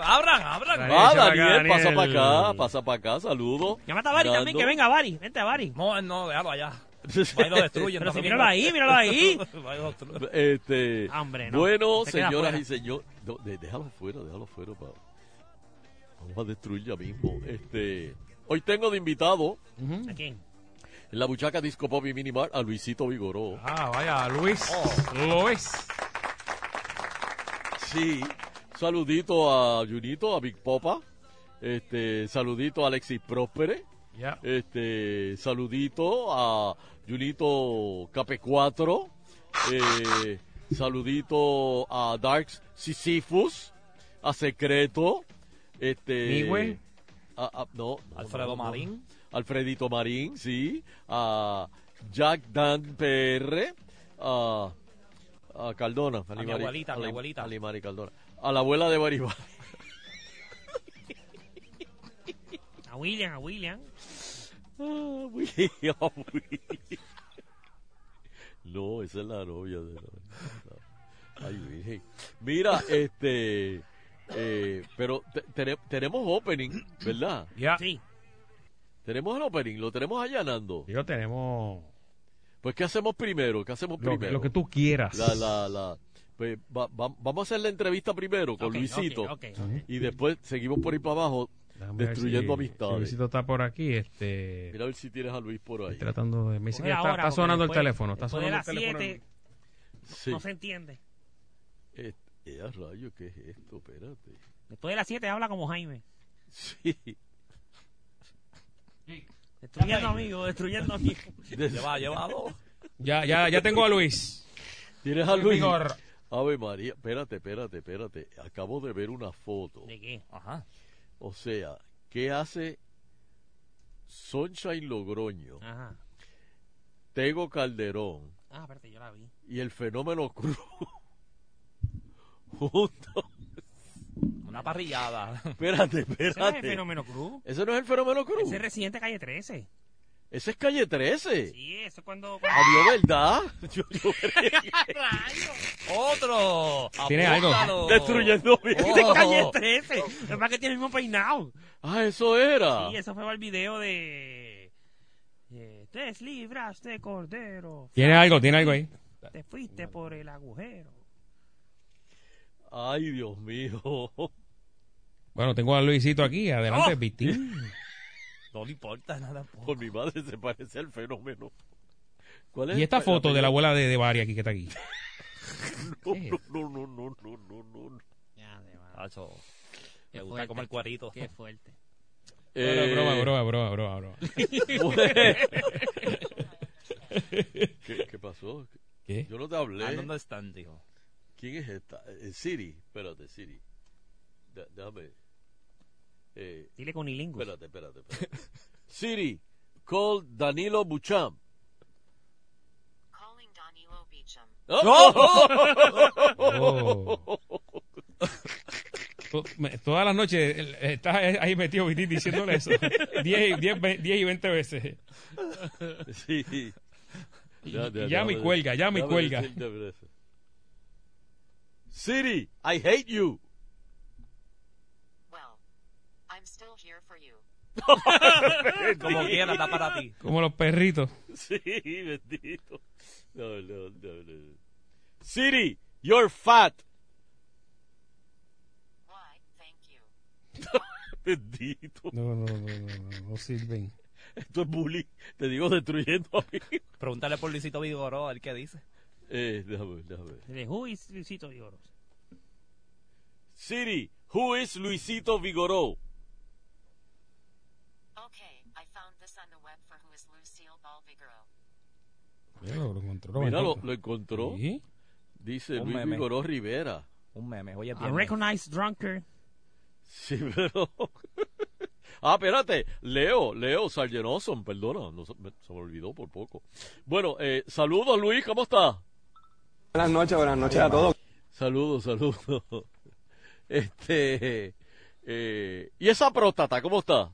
L: Abran, abran.
A: Ah, Daniel, pasa para acá, pasa para acá, saludo.
L: Mata a Bari también,
A: Nando.
L: que venga Bari. Vente a Bari.
E: No, no, déjalo
A: (laughs)
E: allá. Ahí lo destruyen.
L: Pero si
E: también.
L: míralo ahí, míralo ahí.
E: Ahí lo destruyen.
A: Este,
L: Ah, Hombre, no.
A: Bueno,
L: Se queda
A: señoras
L: fuera.
A: y señores, no, de- déjalo fuera, déjalo fuera. pa- Vamos a destruir ya mismo. Este, hoy tengo de invitado
L: ¿A quién?
A: en la buchaca Disco Pop y Minimar a Luisito Vigoró. Oh.
C: Ah, vaya, Luis. Luis.
A: Sí, saludito a Junito, a Big Popa. Este, saludito a Alexis Próspere.
C: Ya.
A: Este, saludito a Junito KP4. Eh, saludito a Darks Sisyphus. A Secreto. Este.
E: Migüe.
A: a- a- no, no,
E: Alfredo
A: no, no.
E: Marín.
A: Alfredito Marín, sí. A Jack Dan Ah, PR. A, a Cardona.
E: mi
A: Limari-
E: abuelita, a mi
A: Lim-
E: abuelita.
A: a Limari Cardona. A la abuela de Baribá.
L: A William, a William.
A: (laughs) No, esa es la novia de la... Ay, virgen. Mira, este... eh, pero te- tene- tenemos opening, ¿verdad?
C: Ya.
L: Sí.
A: Tenemos el opening, lo tenemos allá, Nando.
C: Yo tenemos
A: Pues, ¿qué hacemos primero? ¿Qué hacemos
C: lo,
A: primero?
C: lo que tú quieras.
A: La, la, la... pues, va- va- vamos a hacer la entrevista primero con
C: Ok,
A: Luisito.
C: ok, ok.
A: Y después seguimos por ahí para abajo,
C: Déjame ver
A: destruyendo
C: si- si
A: amistades.
C: Luisito está por aquí, este,
A: Mira a ver si tienes a Luis por ahí.
C: tratando de... Me dice que
L: Coger
C: está,
L: ahora,
C: está
L: porque
C: sonando
L: después-
C: el teléfono, está
L: después de
C: sonando el
L: las
C: teléfono.
L: siete,
A: Sí.
L: No se entiende.
A: Eh, eh, a rayo, ¿qué es esto? Espérate. (laughs)
L: Después de las 7 habla como Jaime.
A: Sí.
L: Destruyendo amigos, destruyendo amigos.
E: Lleva, lleva dos.
C: Ya, ya, ya tengo a Luis.
A: ¿Tienes a Luis?
C: Vigor.
A: Ave María, espérate, espérate, espérate. Acabo de ver una foto.
L: ¿De qué?
E: Ajá.
A: O sea, ¿qué hace Sunshine Logroño,
L: Ajá.
A: Tego Calderón
L: Ah, espérate, yo la vi.
A: y el fenómeno Cruz (laughs) juntos?
E: Una parrillada.
A: Espérate,
L: Ese no es
A: espérate.
L: el fenómeno Cruz.
A: ¿Ese no es el fenómeno Cruz? (laughs)
L: Ese es residente calle 13.
A: Ese es calle 13.
L: Sí, eso es cuando.
A: Adiós, ¿verdad? Yo- yo-
E: (laughs) ¡Otro! Oh.
A: ¿Tiene
E: Apúntalo.
A: algo? Destruyendo bien.
L: Ese es
A: Oh.
L: calle 13. Es más que tiene el mismo peinado.
A: Ah, eso era.
L: Sí, eso fue para el video de. eh, Tres libras de cordero.
C: Tiene algo, tiene algo ahí.
L: Te fuiste por el agujero.
A: Ay, Dios mío.
C: Bueno, tengo a Luisito aquí, adelante,
A: Oh.
C: Vitín. (laughs)
A: No le importa nada. Por mi madre se parece al fenómeno. ¿Cuál es
C: Y esta
A: el-
C: foto de la abuela de, de Bari aquí que está aquí.
A: No, no, no, no, no, no, no, no,
E: Ah,
A: eso.
E: Qué
A: Me gusta
E: fuerte,
A: comer cuarito.
E: Qué fuerte.
A: Eh,
C: Broma, broma, broma, broma,
E: (laughs)
C: broma.
F: (laughs)
A: (laughs) ¿Qué, qué pasó?
C: ¿Qué?
A: Yo no te hablé.
C: Ah, ¿dónde
A: están, dijo? ¿Quién es esta? Eh, Siri, espérate, Siri. Da- déjame. Eh,
E: Dile con ilingüe.
A: Espérate, espérate, espérate. (laughs) Siri, call Danilo Buchan.
C: (laughs)
A: (laughs)
C: Oh. Tú- me- Todas las noches el- estás ahí metido Viti diciéndole eso 10, y 20 veces.
A: Sí.
C: Y-
A: Ya, ya,
C: y llama y
A: déjame-
C: cuelga, llama y
A: déjame
C: cuelga.
A: decirte, pero eso. Siri, I hate
F: (laughs)
A: you.
L: Como quiera, está para ti.
C: Como los perritos.
A: Sí, bendito. No, no, no, no. Siri, you're fat. (laughs) Bendito.
C: No, no, no, no, no, no sirven.
A: Esto es bullying. Te digo destruyendo a mí.
F: Pregúntale por Luisito Vigoró, a ver qué dice.
A: Eh, déjame, ver, déjame. ver.
L: De Who is Luisito Vigoroso.
A: Siri, who is Luisito Vigoró?
C: Mira, Lo, lo encontró.
A: Mira, lo,
C: encontró.
A: lo encontró.
C: Sí.
A: Dice
F: Un
A: Luis
F: meme.
A: Vigoró Rivera.
F: Un meme, oye,
L: A recognized drunker.
A: Sí, pero... ah, espérate. Leo, Leo Sargent Awesome, perdona. no se me, se me olvidó por poco. Bueno, eh, saludos Luis, ¿cómo estás?
T: Buenas noches, buenas noches a todos.
A: Saludos, saludos. (laughs) Este. eh, ¿Y esa próstata, cómo está?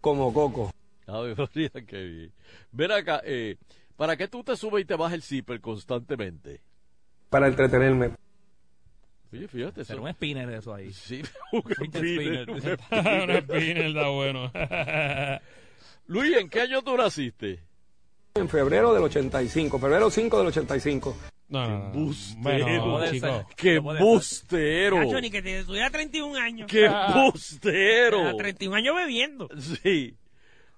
T: Como coco.
A: Ave María, qué bien. Ven acá, eh, ¿para qué tú te subes y te bajas el zipper constantemente?
T: Para entretenerme.
A: Oye, fíjate eso.
F: Pero un spinner de eso ahí.
A: Sí, (laughs) un spinner, (laughs)
C: (laughs)
A: un
C: Un spinner está bueno.
A: (laughs) Luis, ¿en qué año tú naciste?
T: En febrero del 85, febrero 5 del 85.
C: No, no, no, no.
A: Bustero,
C: Bueno, chico.
A: (laughs) ¡Qué bustero!
L: Cacho, ni que te tuviera 31 años.
A: ¡Qué
L: A
A: bustero!
L: 31 años bebiendo.
A: Sí.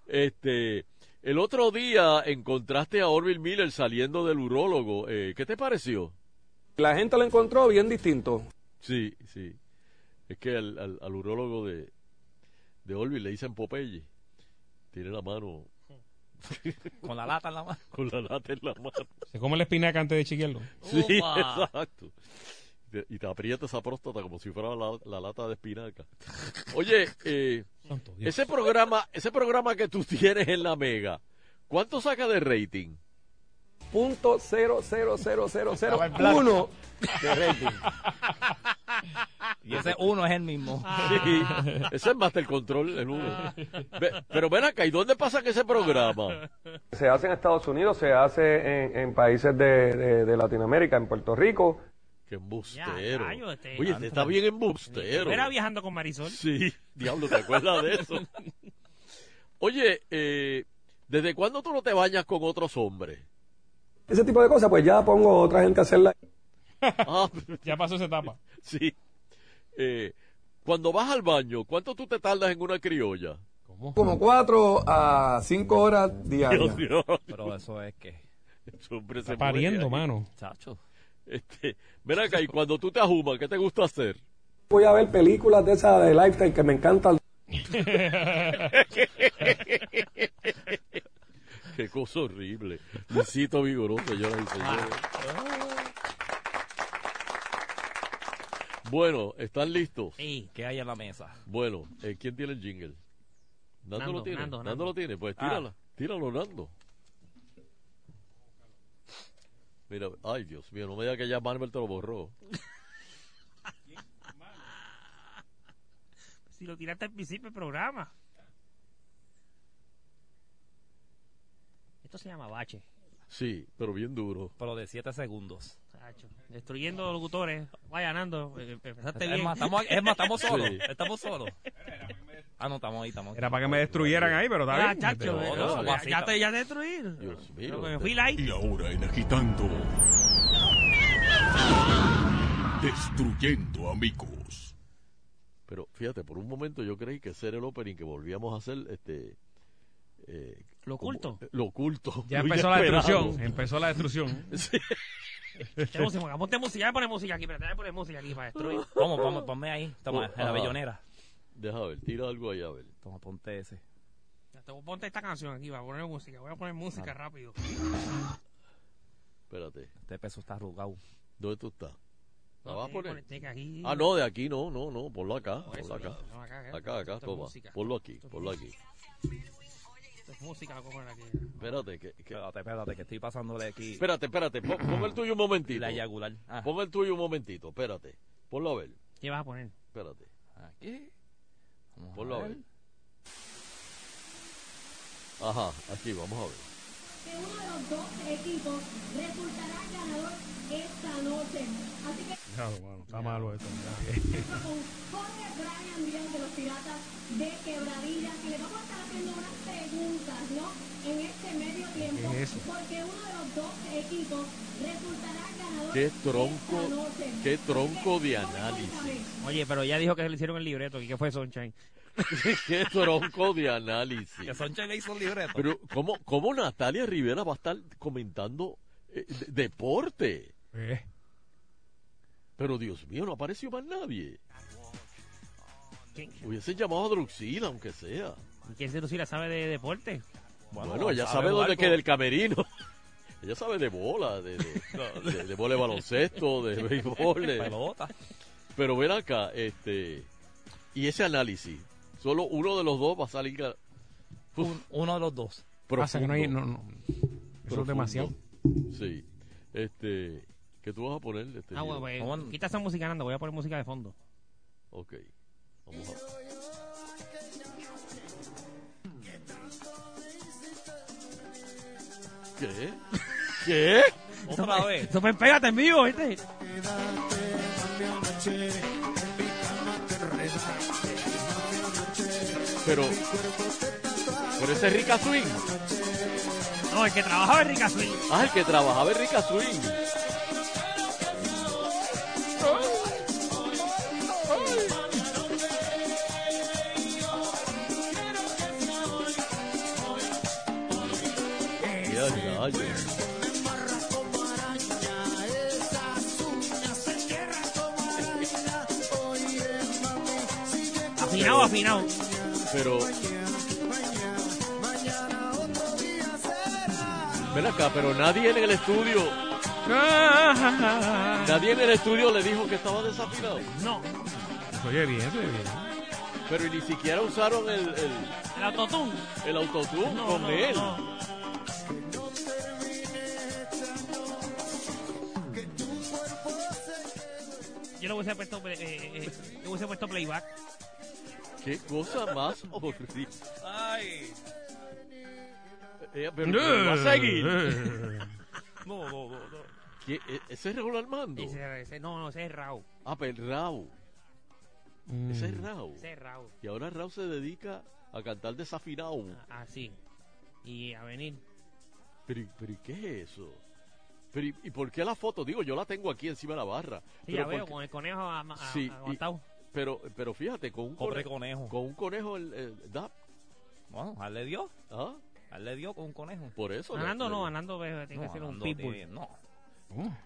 A: Este, el otro día encontraste a Orville Miller saliendo del urólogo. Eh, ¿Qué te pareció?
T: La gente lo encontró bien distinto.
A: Sí, sí. Es que al, al, al urólogo de, de Orville le dicen Popeye. Tiene la mano
F: (laughs) Con la lata en la mano.
A: con la lata en la mano.
C: Se come la espinaca antes de chiquearlo.
A: Sí,
F: Upa.
A: exacto. Te- Y te aprieta esa próstata como si fuera la, la lata de espinaca. Oye, eh, ese programa, ese programa que tú tienes en la Mega, ¿cuánto saca de rating?
T: Punto cero cero cero cero cero uno de rating.
F: Y ese uno es el mismo.
A: Sí, ese es Master Control, el uno. Ve- Pero ven acá, ¿y dónde pasan ese programa?
T: Se hace en Estados Unidos, se hace en, en países de, de- de Latinoamérica, en Puerto Rico.
A: Qué embustero.
L: rayo, este-
A: Oye, este está bien embustero.
L: Era viajando con Marisol. (laughs)
A: Sí, diablo, ¿te acuerdas de eso? (laughs) Oye, eh, ¿desde cuándo tú no te bañas con otros hombres?
T: Ese tipo de cosas, pues ya pongo a otra gente a hacerla.
C: Ya pasó esa etapa.
A: Ah, (laughs) Sí. Eh, cuando vas al baño, ¿cuánto tú te tardas en una criolla?
T: Como cuatro a cinco horas diarias.
A: (laughs) Dios mío.
F: Pero eso es que.
A: Ese hombre se
C: Está pariendo,
A: muere ahí.
C: mano.
F: Chacho.
A: Este, ven acá, y cuando tú te ajumas, ¿qué te gusta hacer?
T: Voy a ver películas de esas de Lifetime que me encantan.
A: (laughs) Qué cosa horrible. Luisito vigoroso, señoras y señores.
F: Ah.
A: Bueno, ¿están listos?
F: Sí, que hay en la mesa.
A: Bueno, eh, ¿quién tiene el jingle? Nando,
F: Nando,
A: lo tiene.
F: Nando,
A: Nando,
F: Nando.
A: lo tiene. Pues
F: Ah.
A: tírala. Tíralo, Nando. Mira, ay Dios mío, no me digas que ya Marvel te lo borró.
L: Si lo tiraste al principio del programa. Esto se llama bache.
A: Sí, pero bien duro.
F: Pero de 7 segundos.
L: Chacho. Destruyendo locutores. Vaya, Nando. eh, Empezaste
F: Es
L: bien.
F: más, estamos, es más,
L: (laughs)
F: estamos solos.
A: Sí.
F: Estamos solos. Ah, no, estamos ahí, estamos
C: Era para que me destruyeran ahí, pero está
L: Ah,
C: bien.
L: chacho,
C: Este,
L: eh,
C: no,
L: no, ya, ya te ya te destruí.
A: Dios
L: Pero
A: mío.
L: me fui light.
U: Y ahora en agitando. Destruyendo amigos.
A: Pero fíjate, por un momento yo creí que ese era el opening que volvíamos a hacer este. eh,
L: Lo
A: como-
L: oculto.
A: eh, lo oculto.
C: Ya
A: Lo
C: empezó la
A: inesperado.
C: destrucción. Empezó la destrucción.
L: Ponte música, ponte música, ya pone música aquí, espérate, ya pone música aquí para
F: (laughs)
L: destruir.
F: Vamos, vamos, ponme ahí. Toma,
A: Oh,
F: en la
A: ajá.
F: bellonera.
A: Deja ver, tira algo allá, a ver.
F: Toma, ponte ese.
L: Ya te- Ponte esta canción aquí, va a poner música, voy a poner
F: Ah.
L: música rápido.
A: Espérate.
F: Este peso está arrugado.
A: ¿Dónde tú estás? ¿La
L: tiene
A: vas a
L: que
A: poner?
L: ponerte aquí.
A: Ah, no, de aquí no, no, no. Ponlo acá,
L: Por eso,
A: ponlo acá.
L: no, acá, acá.
A: Acá,
L: Esto
A: acá,
L: es
A: toma.
L: música.
A: Ponlo aquí,
L: Esto es
A: ponlo aquí.
L: Esto es música, lo que ponen aquí.
A: Espérate, que, que-
F: Espérate, espérate, que estoy pasándole aquí.
A: espérate, espérate. Pon, pon el tuyo un momentito.
F: La yagular. Ah.
A: Pon el tuyo un momentito, espérate. Ponlo a ver,
L: ¿Qué vas a poner?
A: espérate.
F: Aquí. Vamos
A: Ponlo a
F: ver.
A: ver. Ajá, aquí, vamos a ver.
H: que uno de los dos equipos resultará ganador esta noche. Así que
C: Claro, mano, está malo esto.
H: esto con Jorge Brian Díaz de los Piratas de Quebradillas y le vamos a estar haciendo unas preguntas, ¿no? En este medio tiempo,
A: ¿Qué es eso?
H: porque uno de los dos equipos resultará ganador
A: Qué
H: esta
A: tronco,
H: noche.
A: qué tronco de análisis.
L: Oye, pero ya dijo que le hicieron el libreto, ¿y qué fue Sunshine?
A: (laughs) Qué tronco de análisis.
F: Que son Chile y son libretos.
A: Pero, ¿cómo, cómo Natalia Rivera va a estar comentando eh, de- deporte? Pero, Dios mío, no apareció más nadie.
L: ¿Quién?
A: Hubiesen llamado a Druxila, aunque sea.
L: ¿Y quién se Lucila sabe de deporte?
A: Bueno, ella sabe, dónde queda el camerino. (laughs) Ella sabe de bola, de, de, de- de bola de baloncesto, de béisbol. de-
F: Pelota.
A: Pero ven acá, este. Y ese análisis. Solo uno de los dos va a salir. ga- Uf,
F: Uno de los dos.
C: Pasa que no hay.
A: profundo.
C: No, no. Eso
A: Profundo.
C: es
A: (laughs)
C: demasiado. (laughs)
A: Sí. Este. ¿Qué tú vas a poner? Este,
L: Ah, bueno,
A: Giro?
L: pues quita esa música, Nando, voy a poner música de fondo.
A: Ok. Vamos a ¿Qué? ¿Qué?
F: Otra vez.
L: Eso fue pégate en vivo, ¿viste?
A: Pero. Pero ese es Rica Swing.
L: No, el que trabajaba en Rica Swing.
A: Ah, el que trabajaba en Rica Swing. Ya, rayos.
L: Afinado, afinado.
A: Pero. Ven acá, pero nadie en el estudio. Nadie en el estudio le dijo que estaba desafinado.
L: No,
C: Se oye bien, se oye bien.
A: Pero y ni siquiera usaron el, el,
L: el autotune.
A: el autotune
L: No,
A: con
L: no,
A: él.
L: no. Yo le hubiese puesto, eh, eh, eh, le hubiese puesto playback.
A: Qué cosa más horrible.
F: Ay.
A: Eh, pero, pero va a seguir.
L: (laughs)
C: Eh.
F: No, no, no. no.
A: ¿Qué? ¿E- ¿Ese es Raúl Armando?
L: Ese- ese- no, no, ese es Raúl.
A: Ah, pero el Raúl. Ese es Raúl.
L: Ese es Raúl.
A: Y ahora Raúl se dedica a cantar desafinado.
L: Así. Ah, Y a venir.
A: Pero, pero ¿y ¿qué es eso? Pero, ¿y- ¿Y por qué la foto? Digo, yo la tengo aquí encima de la barra.
L: Sí,
A: Pero
L: ya veo,
A: ¿por qué?
L: con el conejo ama- a-
A: Sí, y-
L: aguantado.
A: pero, pero fíjate, con un
F: Pobre
A: cone-
F: conejo.
A: Con un conejo, el, el- da-
F: Bueno, a él le dio.
A: ¿ah?
F: A él le dio con un conejo.
A: Por eso. le-
L: Anando
A: le-
L: no, Anando eh, tiene que
F: No,
L: ser un
F: Nando,
L: pitbull.
F: tío, no.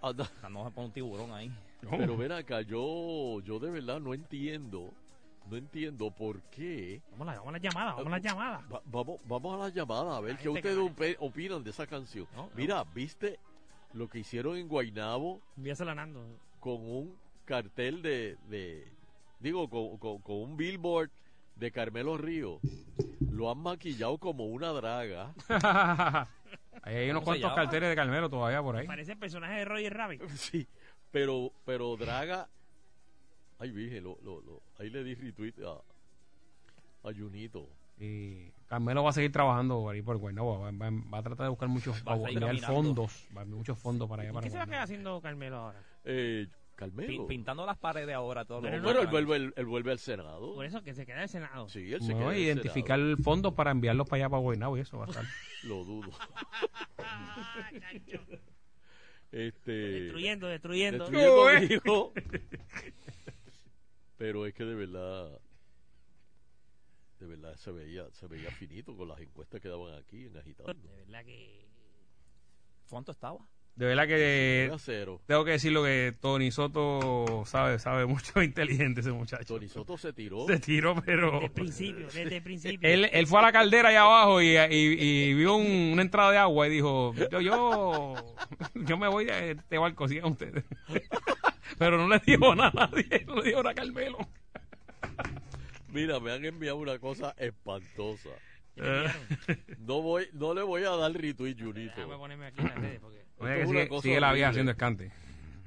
A: Ah, da-
F: No se pone un tiburón ahí.
A: Pero ven acá, yo, yo de verdad no entiendo, no entiendo por qué.
L: Vamos a la- vamos a la llamada, vamos a la llamada.
A: Va- vamos, vamos a la llamada a ver qué
L: gente que
A: ustedes opi- opinan de esa canción. Mira, ¿viste lo que hicieron en Guainabo
L: Envíasela a Nando.
A: con un cartel de, de- digo, con, con- con un billboard de Carmelo Río? Lo han maquillado como una draga.
C: Ahí hay unos
A: ¿Cómo
C: cuantos
A: se llama?
C: carteles de Carmelo todavía por ahí.
L: Parece el personaje de Roger Rabbit.
A: (laughs) Sí, pero, pero Draga. Ay, virgen, lo, lo- lo- ahí le di retweet a, a Junito.
C: Y Carmelo va a seguir trabajando por ahí por Guaynabo. Va, va- va a tratar de buscar muchos
F: Va a
C: va a
F: seguir
C: buscar
F: caminando.
C: fondos. Va a haber muchos fondos para allá
L: ¿Qué
C: para
L: se va a
C: Guaynabo.
L: quedar haciendo Carmelo ahora?
A: Eh,
F: Pi-
A: Carmelo.
F: pintando las paredes ahora todos los
A: Pero,
F: días.
A: él, vuelve, él, él vuelve al Senado.
L: Por eso que se queda en el Senado.
A: Sí, él se
C: No,
A: queda en el
C: identificar fondos para enviarlos para allá para Guaynabo y eso va a estar.
A: Senado.
C: (laughs)
A: Lo dudo. este,
L: Destruyendo, destruyendo.
A: destruyendo,
L: No, eh.
A: dijo. Pero es que de verdad. De verdad se veía, se veía finito con las encuestas que daban aquí en agitando.
L: De verdad que.
F: ¿Cuánto estaba?
C: De verdad que
A: Fue a cero.
C: tengo que decirlo que Tony Soto sabe, sabe mucho (laughs) inteligente ese muchacho.
A: Tony Soto oh. se tiró.
C: Se tiró, pero...
L: Desde el principio,
C: (laughs)
L: desde el principio.
C: Él, él fue a la caldera allá abajo y, y- y vio un- una entrada de agua y dijo, (laughs) yo, yo, yo me voy de este barco, sigan ustedes. Pero no le dijo nada a nadie, (laughs) no le dijo nada a Carmelo.
A: (laughs) Mira, me han enviado una cosa espantosa.
C: (laughs) Eh.
A: No voy, no le voy a dar retweet, Junito.
L: Déjame ponerme aquí en las redes porque...
C: Oye,
A: Esto
C: que
A: es una
C: sigue,
A: cosa
C: sigue la vida
A: horrible.
C: haciendo escante.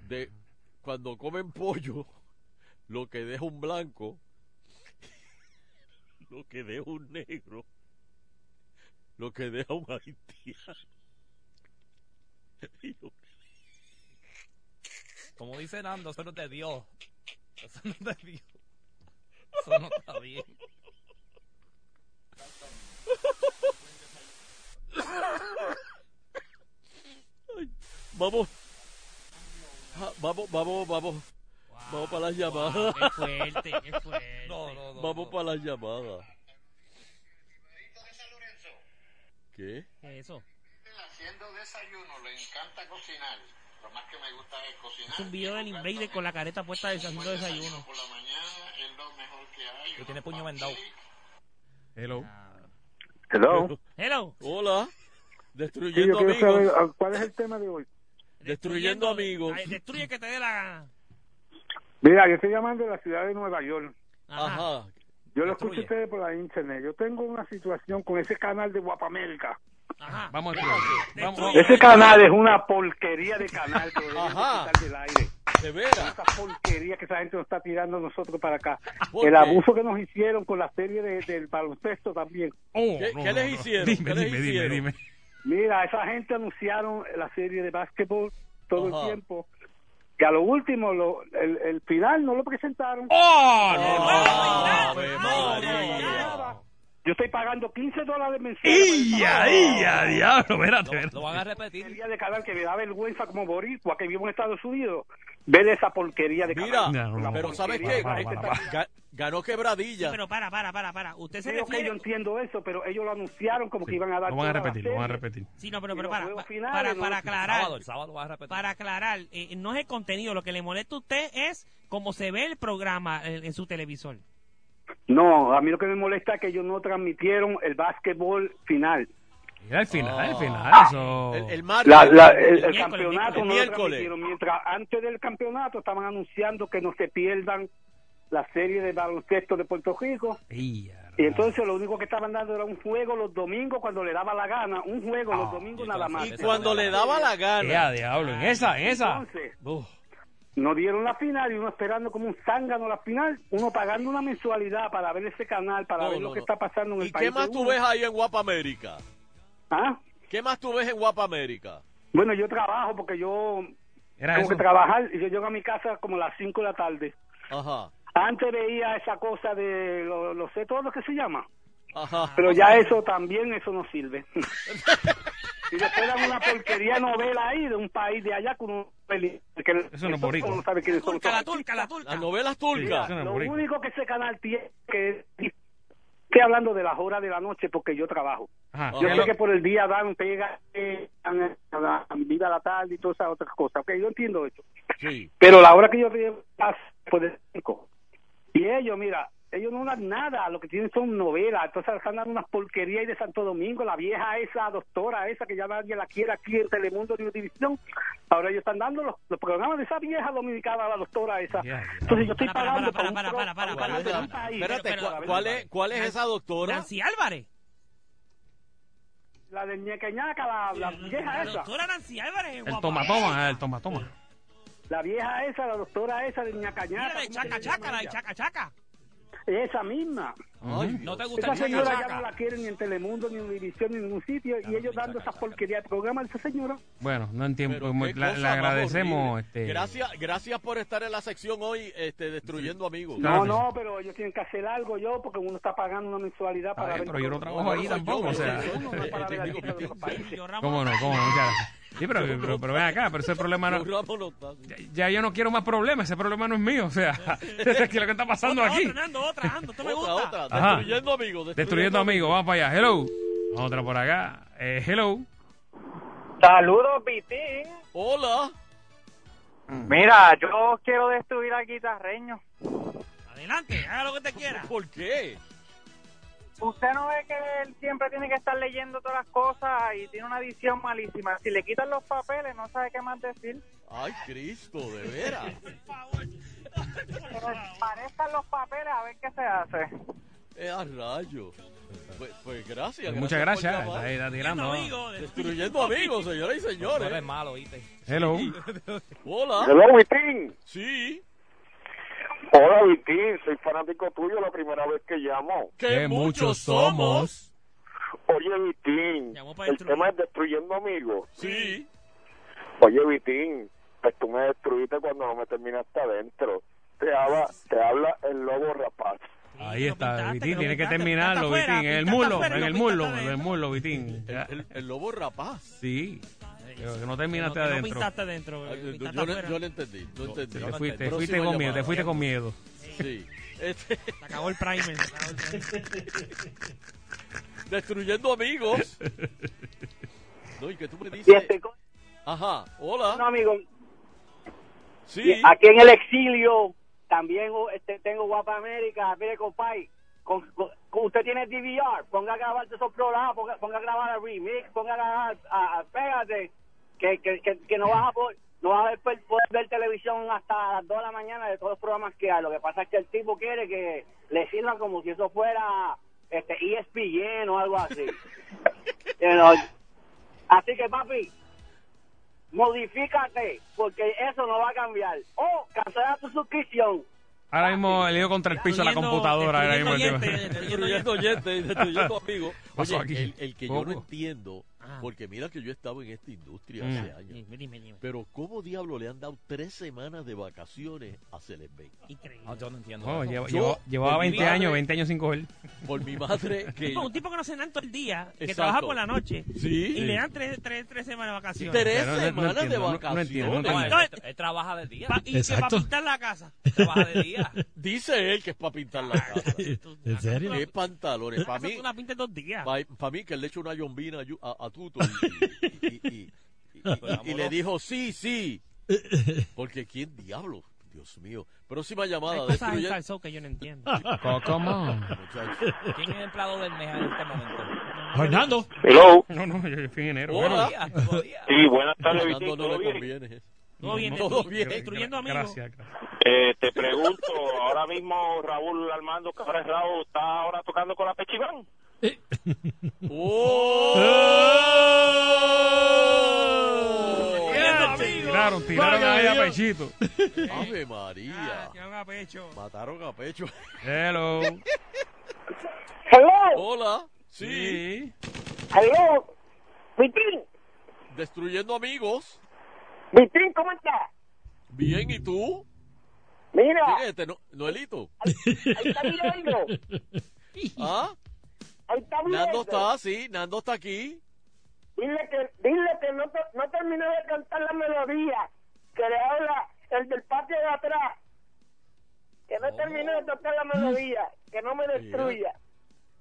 A: de cuando comen pollo, (laughs) lo que deja un blanco, (laughs) lo que deja un negro, lo que deja un haitiano. Y lo-
F: Como dice Nando, eso no es de Dios. Eso no es de Dios. Eso no está bien.
A: Vamos, Ah, vamos, vamos, vamos. Vamos para las llamadas.
L: qué fuerte,
A: (laughs)
L: qué fuerte.
F: No, no, no,
A: Vamos
F: no.
A: para las llamadas. ¿Qué?
L: ¿Qué es eso?
G: Haciendo desayuno, le encanta cocinar. Lo más que me gusta es cocinar.
L: Es un video del Invader con la careta puesta de haciendo desayuno.
F: Que tiene puño vendado.
C: Hello.
A: Hello.
L: Hello.
A: Hola.
V: Sí, yo
A: Destruyendo
V: quiero saber
A: amigos.
V: ah, cuál es el tema de hoy.
A: Destruyendo amigos.
L: Ay, destruye que te dé la gana.
V: Mira, yo estoy llamando de la ciudad de Nueva York.
A: Ajá.
V: Yo lo escucho a ustedes por la internet. Yo tengo una situación con ese canal de Guapamérica.
C: Vamos a ver. Vamos.
V: Ese canal es una porquería de canal que deberían
A: Ajá.
V: quitar del aire.
A: De veras.
V: Esa porquería que esa gente nos está tirando a nosotros para acá.
A: ¿Por
V: El
A: qué?
V: abuso que nos hicieron con la serie de- del baloncesto también.
A: ¿Qué, qué les hicieron? ¿Qué les hicieron?
V: Mira, esa gente anunciaron la serie de básquetbol todo
A: Ajá.
V: el tiempo. Y a lo último, lo- el, el final no lo presentaron.
C: ¡Oh,
A: Oh,
V: Yo estoy pagando 15 dólares mensuales.
C: ¡Ia, ia, diablo! Espérate, espérate.
V: van a repetir. Porquería de canal que me da vergüenza como boricua que vivo en Estados Unidos. Ver esa porquería de
A: Mira,
V: canal.
A: pero ¿sabes qué? Ga- Ganó quebradilla.
L: Pero para, para, para, para. Usted se
V: Creo que
L: refiere...
V: yo entiendo eso, pero ellos lo anunciaron como que iban a dar.
C: Lo van a
V: toda la
C: repetir, lo van a
V: serie.
C: repetir.
L: Sí, no, pero,
V: Y
L: pero
V: los
L: para,
V: juegos
L: pa-
V: finales,
L: para,
V: ¿no?
L: para
V: El
L: aclarar,
V: sábado, el
L: para aclarar, eh, no es el contenido, lo que le molesta a usted es cómo se ve el programa en, en su televisor.
V: No, a mí lo que me molesta es que ellos no transmitieron el básquetbol final.
C: Mira, al final, al final, eso...
A: Ah. El, el
V: La- la- el, el campeonato
A: el
V: no lo
A: miércoles.
V: transmitieron, mientras antes del campeonato estaban anunciando que no se pierdan la serie de baloncesto de Puerto Rico. Y entonces lo único que estaban dando era un juego los domingos cuando le daba la gana, un juego
A: Ah,
V: los domingos nada más.
A: Y cuando le daba la gana.
C: ¡Ea, diablo! En esa, en esa.
V: Entonces,
A: Uf.
V: no dieron la final y uno esperando como un zángano la final, uno pagando una mensualidad para ver ese canal, para
A: No,
V: ver
A: no,
V: lo que
A: no.
V: está pasando en el
A: ¿Y
V: país.
A: qué más
V: de
A: tú
V: uno.
A: ves ahí en Guapa América?
V: ¿Ah?
A: ¿Qué más tú ves en Guapa América?
V: Bueno, yo trabajo porque yo
A: Era
V: tengo
A: eso.
V: que trabajar y yo llego a mi casa como a las 5 de la tarde.
A: Ajá.
V: Antes veía esa cosa de lo, lo sé todo lo que se llama,
A: Ajá.
V: pero ya eso también eso no sirve. (laughs) y después dan una porquería novela ahí de un país de allá con un peli- que
A: Eso no es boricua.
V: no sabe quiénes son.
L: La turca, la turca.
A: Las novelas
V: Mira,
A: turcas.
V: lo único que ese canal tiene que estoy hablando de las horas de la noche porque yo trabajo.
C: Ajá.
V: Yo
C: Ajá.
V: sé que por el día dan pega, eh, dan, dan vida a la tarde y todas esas otras cosas. Ok, yo entiendo eso.
A: Sí.
V: Pero la hora que yo tengo pues de cinco. Y ellos, mira, ellos no dan nada, lo que tienen son novelas, entonces están dando unas porquerías ahí de Santo Domingo, la vieja esa doctora esa que ya nadie la quiere aquí en Telemundo ni División. Ahora ellos están dando los, los programas de esa vieja dominicana, la doctora esa. Entonces yo estoy pagando para, un pro- para un
A: Espérate,
V: país.
A: Espérate,
V: Pero-
A: ¿cu- ¿cuál es, cuál es esa doctora?
L: Nancy Álvarez.
V: La de ñequeñaca, la, la vieja
L: La
V: esa.
L: doctora Nancy Álvarez. es
C: El
L: guapa.
C: toma, toma, el toma, toma.
V: La vieja esa, la doctora esa de ñacañaca.
L: Mira, de
V: ¿cómo que
L: chaca,
V: se llama
L: chaca, la de
V: ella?
L: chaca, chaca.
V: Esa misma.
F: No te gusta
V: Esa
F: el
V: señora ya
F: chacachaca.
V: no la quieren ni en Telemundo, ni en Univisión, ni en ningún sitio. y ellos dando esas porquerías de programa de esa señora.
C: Bueno, no entiendo.
A: Pero
C: pues,
A: qué
C: la-
A: cosa
C: le
A: más
C: agradecemos.
A: horrible.
C: Este,
A: Gracias, gracias por estar en la sección hoy, este, destruyendo amigos.
V: No, no, pero ellos tienen que hacer algo yo, porque uno está pagando una mensualidad para
C: bien,
V: ver.
C: pero yo no trabajo ahí tampoco, o sea.
A: Este,
V: sea.
C: ¿Cómo no? ¿Cómo no? Muchas gracias. Sí, pero, pero, pero ven acá, pero ese problema no... Ya yo no quiero más problemas, ese problema no es mío, o sea,
L: (laughs)
C: (laughs) es que lo que está pasando
L: Otra,
C: aquí.
L: otra, Nando, otra, Nando, esto me gusta.
C: Ajá.
A: Destruyendo amigos.
C: Destruyendo amigos, vamos para allá. Hello. Otra por acá. Eh, hello.
I: Saludos, Pitín.
A: Hola.
C: Mm.
I: Mira, yo quiero destruir al guitarreño.
L: Adelante, haga lo que te quiera.
A: ¿Por qué?
I: Usted no ve que él siempre tiene que estar leyendo todas las cosas y tiene una visión malísima. Si le quitan los papeles, no sabe qué más decir.
A: Ay, Cristo, de veras.
V: (laughs)
I: Pero parezcan los papeles a ver qué se hace.
A: Eh, a rayo. Pues, pues gracias.
C: Muchas gracias.
A: por llamar.
C: Ahí está tirando.
A: Destruyendo amigos, señoras y señores.
E: es malo, ¿viste?
C: Hello.
A: Hola.
H: Hello, Vitín.
A: Sí.
H: Hola, Vitín. Soy fanático tuyo, la primera vez que llamo.
A: Que muchos somos.
H: Oye, Vitín,
L: para
H: el
L: destruir.
H: tema es destruyendo amigos.
A: Sí.
H: Oye, Vitín, pues tú me destruiste cuando no me terminaste adentro. Te habla, te habla el lobo rapaz.
C: Ahí está, Vitín, tiene que terminarlo, Vitín. En el muslo, en el muslo, en el muslo, Vitín.
A: El, el lobo rapaz.
C: Sí. Que no terminaste
L: No, que no
C: adentro.
L: pintaste adentro,
E: eh,
A: Ay, Ah, yo-
L: pintaste
A: yo, no,
L: afuera.
A: yo no entendí. No entendí.
C: Te fuiste, te
A: Próxima
C: fuiste con miedo,
A: llamada.
C: te fuiste con miedo.
A: Sí. Este,
L: Se acabó el primer. se acabó el primer.
C: (laughs)
A: destruyendo amigos. No, y que tú me
I: Y
A: dices.
I: este,
A: Ajá, hola.
I: no, amigo,
A: Sí.
I: aquí en el exilio también este, tengo Guapa América. Mire, compay, con, con- usted tiene DVR. Ponga a grabar todos esos programas, ponga, ponga a grabar a Remix, ponga a grabar a, a Pégate, que, que, que, que no vas a poder. No vas a ver- poder, ver televisión hasta las 2 de la mañana de todos los programas que hay. Lo que pasa es que el tipo quiere que le sirvan como si eso fuera este ESPN o algo así. You know, Así que, papi, modifícate, porque eso no va a cambiar. O cancela tu suscripción.
C: Ahora mismo le dio contra el piso a la computadora. Ahora mismo el tema.
A: Destruyendo oyentes y destruyendo amigos.
C: (laughs) Pasó
A: Oye,
C: aquí.
A: el, el que yo
C: Poco.
A: no entiendo, porque mira que yo he estado en esta industria hace
L: Mm.
A: años.
L: Ah. Dime, dime, dime.
A: Pero ¿cómo diablo le han dado tres semanas de vacaciones a Celeste
L: Increíble.
E: No, yo no entiendo.
C: No,
E: eso.
C: lleva-
A: Yo,
C: lleva- llevaba
A: por mi
C: 20
A: madre.
C: años, 20 años sin coger.
A: Por mi madre
L: (laughs)
A: que...
L: Tipo, un tipo que no cena en todo el día, que
A: Exacto.
L: trabaja por la noche,
A: Sí.
L: y le dan tres, tres, tres semanas de vacaciones.
A: Tres
C: Pero no- no
A: semanas
C: entiendo,
A: de
C: no- no
A: vacaciones.
C: entiendo, no
E: No, él,
C: entiendo.
E: él trabaja de día.
L: Pa- y que
B: Exacto.
L: para pintar la casa.
E: Trabaja de día.
A: (laughs) Dice él que es para pintar la casa.
B: ¿En serio?
A: ¿Qué pantalones? Para
L: Eso
A: mí,
L: tú la pintas en dos días.
A: para mí que él le echó una yombina a, Yu- a- a Tuto y, y- y- y- y- y le dijo sí, sí. Porque ¿quién diablo? Dios mío. Próxima
L: Hay
A: llamada.
L: cosas en
A: Destruye...
L: calzón que yo no
C: (laughs)
L: entiendo.
C: ¿Cómo?
A: Muchacho.
E: ¿Quién es el empleado del mes en este momento?
B: Fernando.
H: Hello.
C: No, no, yo, yo fui en enero.
A: Hola.
C: Bueno,
H: Sí, buenas tardes,
A: Fernando
H: Vitín.
A: no
H: ¿Todo
A: le
H: bien?
A: conviene.
L: Todo bien,
A: Todo
L: destru-
A: bien.
L: destruyendo amigos.
C: gracias, gracias.
H: Eh, te pregunto, ahora mismo Raúl Armando, que ahora es Raúl, está ahora tocando con la Pechiván.
A: ¡Oh!
C: Tiraron, tiraron
B: Vaya
C: ahí a
B: Dios.
C: pechito.
A: ¡Ave María!
L: Que haga Ah, pecho.
A: Mataron a pecho.
C: Hello.
I: Hello,
A: Hola. Sí.
C: Sí.
I: hello. Vitín,
A: Destruyendo amigos.
I: Vitín, ¿cómo estás?
A: Bien, ¿y tú?
I: Mira,
A: ¿Quién es este? No- Noelito.
I: ahí está mirando.
A: (laughs) ¿Ah?
I: Ahí está
A: Nando
I: mirando.
A: está, sí. Nando está aquí.
I: Dile que, dile que no, te- no terminó de cantar la melodía. Que le habla el del patio de atrás. Que no terminó de tocar la melodía. Que no me destruya.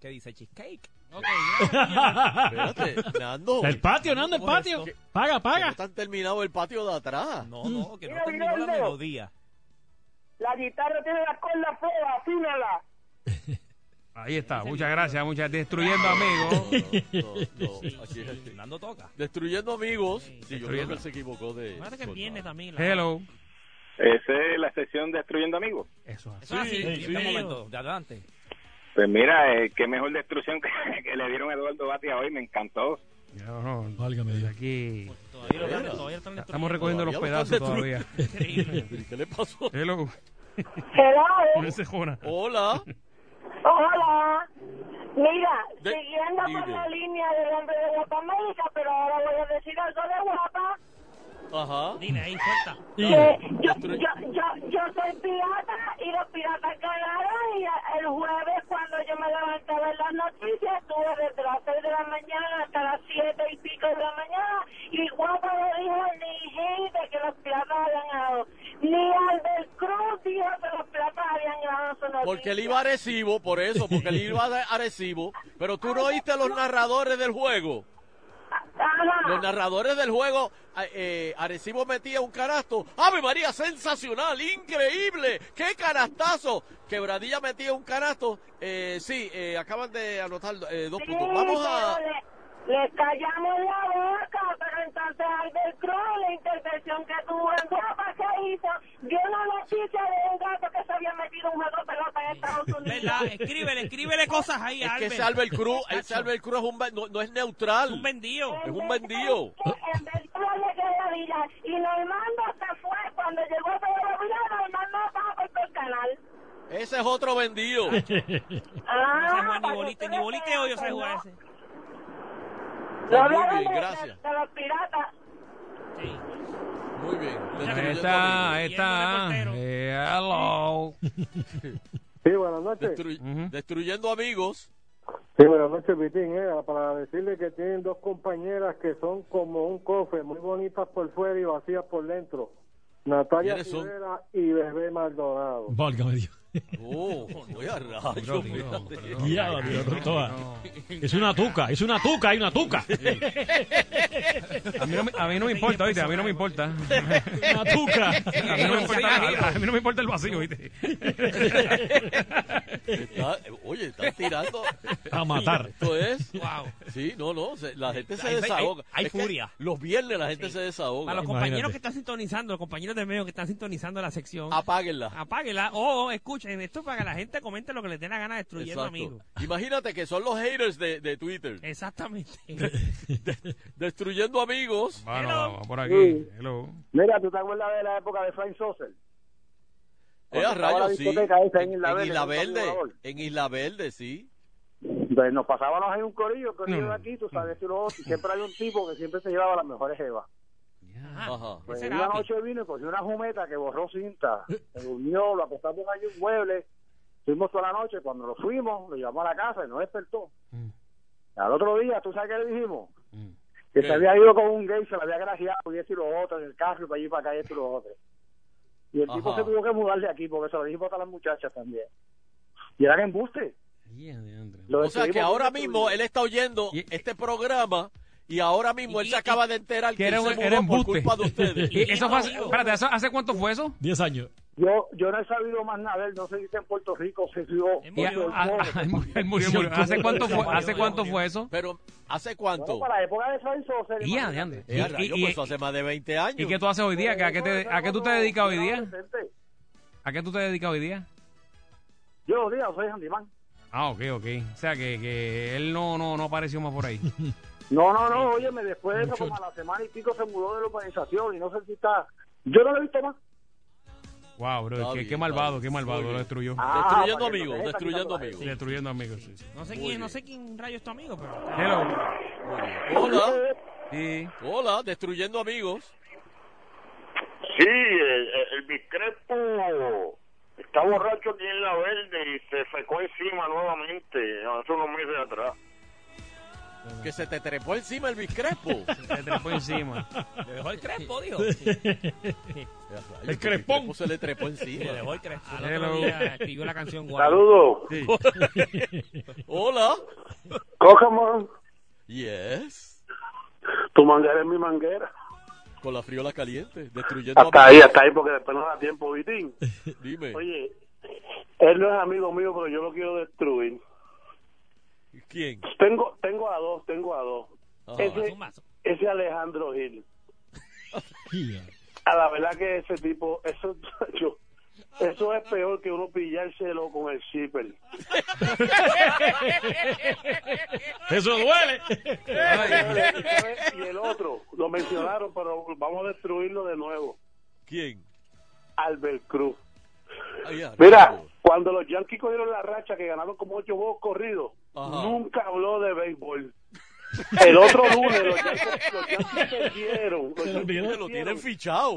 E: ¿Qué dice Cheesecake?
L: Ok, gracias,
A: Espérate, Nando.
B: (laughs) El patio, Nando, el
A: ¿Cómo es
B: patio.
A: esto?
B: Paga,
A: Que no
B: paga.
A: están terminado el patio de atrás.
E: No, no, que no
I: Mira,
E: terminó la
I: Rinaldo.
E: melodía.
I: La guitarra tiene la cuerda fea, afínala.
C: Ahí está, muchas gracias, muchas. Destruyendo amigos.
A: No, no,
E: Sí,
A: aquí-
E: sí, Nando toca.
A: Destruyendo amigos. Sí, yo creo que
C: Destruyendo.
A: él se equivocó de.
L: Acuérdate que el viernes también. la-
C: Hello.
H: Esa es la sección Destruyendo Amigos.
C: Eso es
L: Eso
C: así.
L: es así.
A: Sí,
E: En
A: sí.
E: este momento, de adelante.
H: Pues mira, eh, qué mejor destrucción que, (laughs) que le dieron a Eduardo Batia hoy, me encantó.
C: No, no,
B: Válgame
C: desde
B: Dios.
C: aquí.
L: Todavía lo están- todavía lo están destruyendo.
C: Estamos recogiendo los
A: Todavía lo
C: pedazos
A: están
C: todavía.
H: (laughs)
L: Increíble.
A: ¿Y ¿Qué le pasó?
C: (laughs) Hello.
I: Hello,
C: No se jona.
A: Hola.
I: hola. Mira,
A: De-
I: siguiendo por
A: dime.
I: la línea del hombre de Guapa América, pero ahora voy a decir algo de Guapa.
A: Ajá.
L: Dile ahí, suelta.
I: que Eh, yo,
A: Destruy-
I: yo, yo, yo soy pirata y los piratas ganaron y a- el jueves cuando yo me levantaba en las noticias estuve desde las 6 de la mañana hasta las 7 y pico de la mañana y guapa no dijo ni gente que los piratas habían ganado ni Albert Cruz dijo que los piratas habían ganado su noticia
A: Porque él iba a Arecibo, por eso, porque él iba a Arecibo. Pero tú no oíste a los narradores del juego. Los narradores del juego, eh, eh, Arecibo metía un canasto. ¡Ave María! ¡Sensacional! ¡Increíble! ¡Qué canastazo! Quebradilla metía un canasto. Eh, sí, eh, acaban de anotar eh,
L: pues,
A: dos puntos. Vamos a...
O: pero Le, le callamos la boca, pero entonces Albert Cruz, la intervención que tuvo en Guapa que hizo, dio una noticia de un gato que se había metido un juego de pelota
L: (laughs)
O: en Estados Unidos.
L: ¿Verdad? Escríbele, escríbele cosas ahí,
A: Es que
L: Albert.
A: ese Albert Cruz, ese Albert Cruz es un, ben- no, no es neutral. Es un
L: vendido.
A: Es un vendido.
O: Yo le quedé la vida y Normando se fue. Cuando llegó a la vida, Normando estaba por todo el canal.
A: Ese es otro vendido.
L: (laughs)
O: Ah,
L: No se juega ni bolita, ni bolita hoy yo sé jugar ese.
A: Pues
O: No
A: muy
O: hablaron
A: bien,
O: de-
A: gracias.
O: de los piratas.
A: Muy bien.
C: Ahí está, ahí está. Eh, hello.
J: Sí, buenas noches.
A: Destru- Destruyendo amigos.
J: Sí, buenas noches, Vitín. Era para decirle que tienen dos compañeras que son como un cofre, muy bonitas por fuera y vacías por dentro. Natalia
A: ¿Quiénes son?
J: Rivera y Bebé Maldonado.
E: Válgame Dios.
A: (laughs) Oh, voy a rayos, fíjate.
E: Diablo, doctora. Es una tuca, es una tuca, hay una tuca.
C: A mí, no, me- a mí no me importa, oíste, a mí no me importa.
E: Una tuca.
C: A mí no me importa, a mí no me importa el vacío, oíste.
A: Está-
L: (laughs)
A: oye, están tirando.
E: A matar.
A: Esto es. Sí, no, no. se- la gente se
L: Hay- hay-
A: desahoga.
L: hay
A: Es que
L: furia.
A: Los viernes la gente se desahoga.
L: A los compañeros que están sintonizando, los compañeros de medio que están sintonizando la sección.
A: Apáguenla.
L: Apáguenla o escuchen esto para que la gente comente lo que les dé la gana destruyendo
A: Exacto.
L: amigos.
A: Imagínate que son los haters de, de Twitter. (laughs)
L: Exactamente.
A: Destruyendo amigos.
C: Bueno,
J: Hello.
C: vamos por aquí.
J: Sí.
C: Hello.
J: Mira, ¿tú te acuerdas de la época de Frank Saucer?
A: Eh,
J: Cuando
A: a
J: estaba la
A: rayos, sí.
J: discoteca esa en
A: En Isla
J: Isla Verde, con Tony
A: Verde.
J: Volador.
A: En Isla Verde, sí.
J: Entonces Pues, nos pasábamos ahí un corillo, corillo
A: Mm.
J: de aquí, tú sabes, tú lo otro, y siempre había un tipo que siempre se llevaba las mejores jevas.
O: 啊
A: Ajá.
J: Pues en una noche vino y cogió una jumeta que borró cinta, se durmió, lo acostamos ahí en un mueble, fuimos toda la noche, cuando nos fuimos, lo llevamos a la casa y nos despertó.
C: Mm.
J: Al otro día, ¿tú sabes qué le dijimos? Que se había ido con un gay, se lo había grajeado y esto y lo otro, en el carro y para allí para acá y esto y lo otro. Y el tipo
A: Ajá.
J: se tuvo que mudar de aquí porque se lo dijimos a las muchachas también. Y eran embuste. Lo
A: O sea que
J: destruimos
A: ahora
J: porque
A: mismo él está oyendo este programa y ahora mismo él se acaba de enterar que
C: Que era
A: él
C: un-
A: se
C: era
A: mudó por
C: embuste.
A: culpa de
C: (laughs)
A: ustedes.
C: Y eso fue hace, espérate, ¿eso- ¿hace cuánto fue eso?
E: 10 años.
J: Yo, yo no he sabido más nada de él, no sé si está en Puerto Rico, se dio.
C: Y a- (laughs) a- a- él murió, él murió, murió. ¿Hace cuánto fue, hace cuánto fue eso?
A: Pero, ¿hace cuánto?
J: Para la época de Frank Saucer,
C: Y
J: imagínate,
C: adiante.
A: Eh, a rayos, pues, eso hace más de 20 años.
C: ¿Y qué tú haces hoy día? ¿Que ¿A qué, te- a qué tú te dedicas hoy día? ¿A qué tú te dedicas hoy día?
J: Yo los días soy handyman.
C: Ah, ok, ok. O sea, que, que él no, no, no apareció más por ahí.
J: No,
I: Ah,
J: no, no, óyeme, después de eso, como a la semana y pico se mudó de la urbanización y no sé si está... Yo no lo he visto más.
C: Wow, bro, qué, qué malvado, qué malvado, lo destruyó.
J: Ah, Destruyendo para que amigos, no te destruyendo dejes amigos.
C: Destruyendo amigos, sí.
L: No sé quién, no sé quién rayo es tu amigo, pero.
C: Hello.
A: Hola,
C: Sí.
A: hola, destruyendo amigos.
I: Sí, el, el discrepo está borracho aquí en la verde y se fecó encima nuevamente hace unos meses atrás.
A: Que se te trepó encima el biscrepo. se
C: te
A: (laughs)
C: trepó encima.
A: Le dejó el
L: crespo, dijo.
A: El crespón. Se le trepó encima.
L: Le dejó el crespo. Al otro día escribió la canción Guay.
I: Saludos.
E: (laughs)
A: Hola.
J: Cójamo,
A: Yes.
J: tu manguera es mi manguera.
A: Con la friola caliente. Destruyendo
J: Hasta ahí, hasta ahí, porque después no da tiempo, Vitín.
A: Dime.
J: Oye, él no es amigo mío, pero yo lo quiero destruir.
A: ¿Quién?
J: Tengo, tengo a dos, tengo a dos.
A: Ajá.
J: Ese, ese Alejandro Gil. A la verdad que ese tipo, eso, (laughs) yo, eso es peor que uno pillárselo con el shipper.
E: Eso duele.
J: y el otro, lo mencionaron, pero vamos a destruirlo de nuevo.
A: ¿Quién?
J: Albert Cruz.
A: Ay, ya,
J: Mira, cuando los Yankees cogieron la racha que ganaron como ocho juegos corridos, nunca habló de
A: (laughs)
J: béisbol. El otro lunes los Yankees, los Yankees perdieron. Los Yankees
A: lo
J: perdieron.
A: tienen fichado.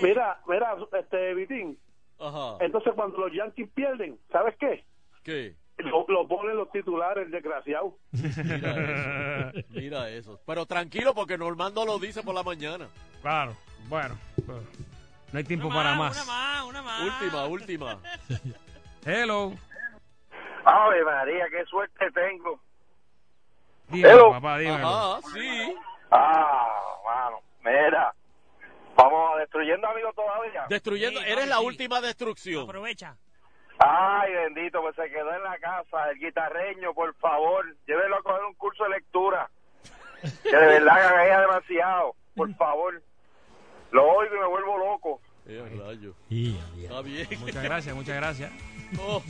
J: Mira, mira, este Vitín.
A: Ajá.
J: Entonces cuando los Yankees pierden, ¿sabes qué?
A: ¿Qué?
J: Lo, lo ponen los titulares, desgraciado.
A: Mira eso. Mira eso. Pero tranquilo porque Normando lo dice por la mañana.
C: Claro, bueno. pero No hay tiempo para más.
L: Ah,
A: Última, última.
C: Hello.
I: Ah, Ave María, qué suerte tengo.
L: Dímelo,
I: Hello.
L: papá, dímelo.
I: Ajá,
A: sí.
I: Ah, mano, mira. Vamos a destruyendo amigos todavía.
A: Destruyendo, eres la última destrucción.
E: Aprovecha.
I: Ay, bendito, pues se quedó en la casa. El guitarreño, por favor, llévelo a coger un curso de (laughs) lectura. Que de verdad gaguea demasiado, por favor. Lo oigo y me vuelvo loco.
A: Está bien.
L: Muchas gracias, muchas gracias.
A: (laughs) Oh,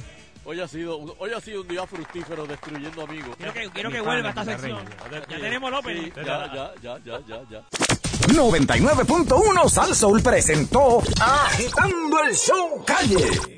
A: hoy, ha sido, un- hoy ha sido un día fructífero destruyendo amigos.
E: Quiero que- quiero que vuelva esta sección. Ya tenemos el opening.
A: Sí, ya, ya, ya, ya, ya, ya.
H: 99.1 Sal Soul presentó Agitando el Show Calle.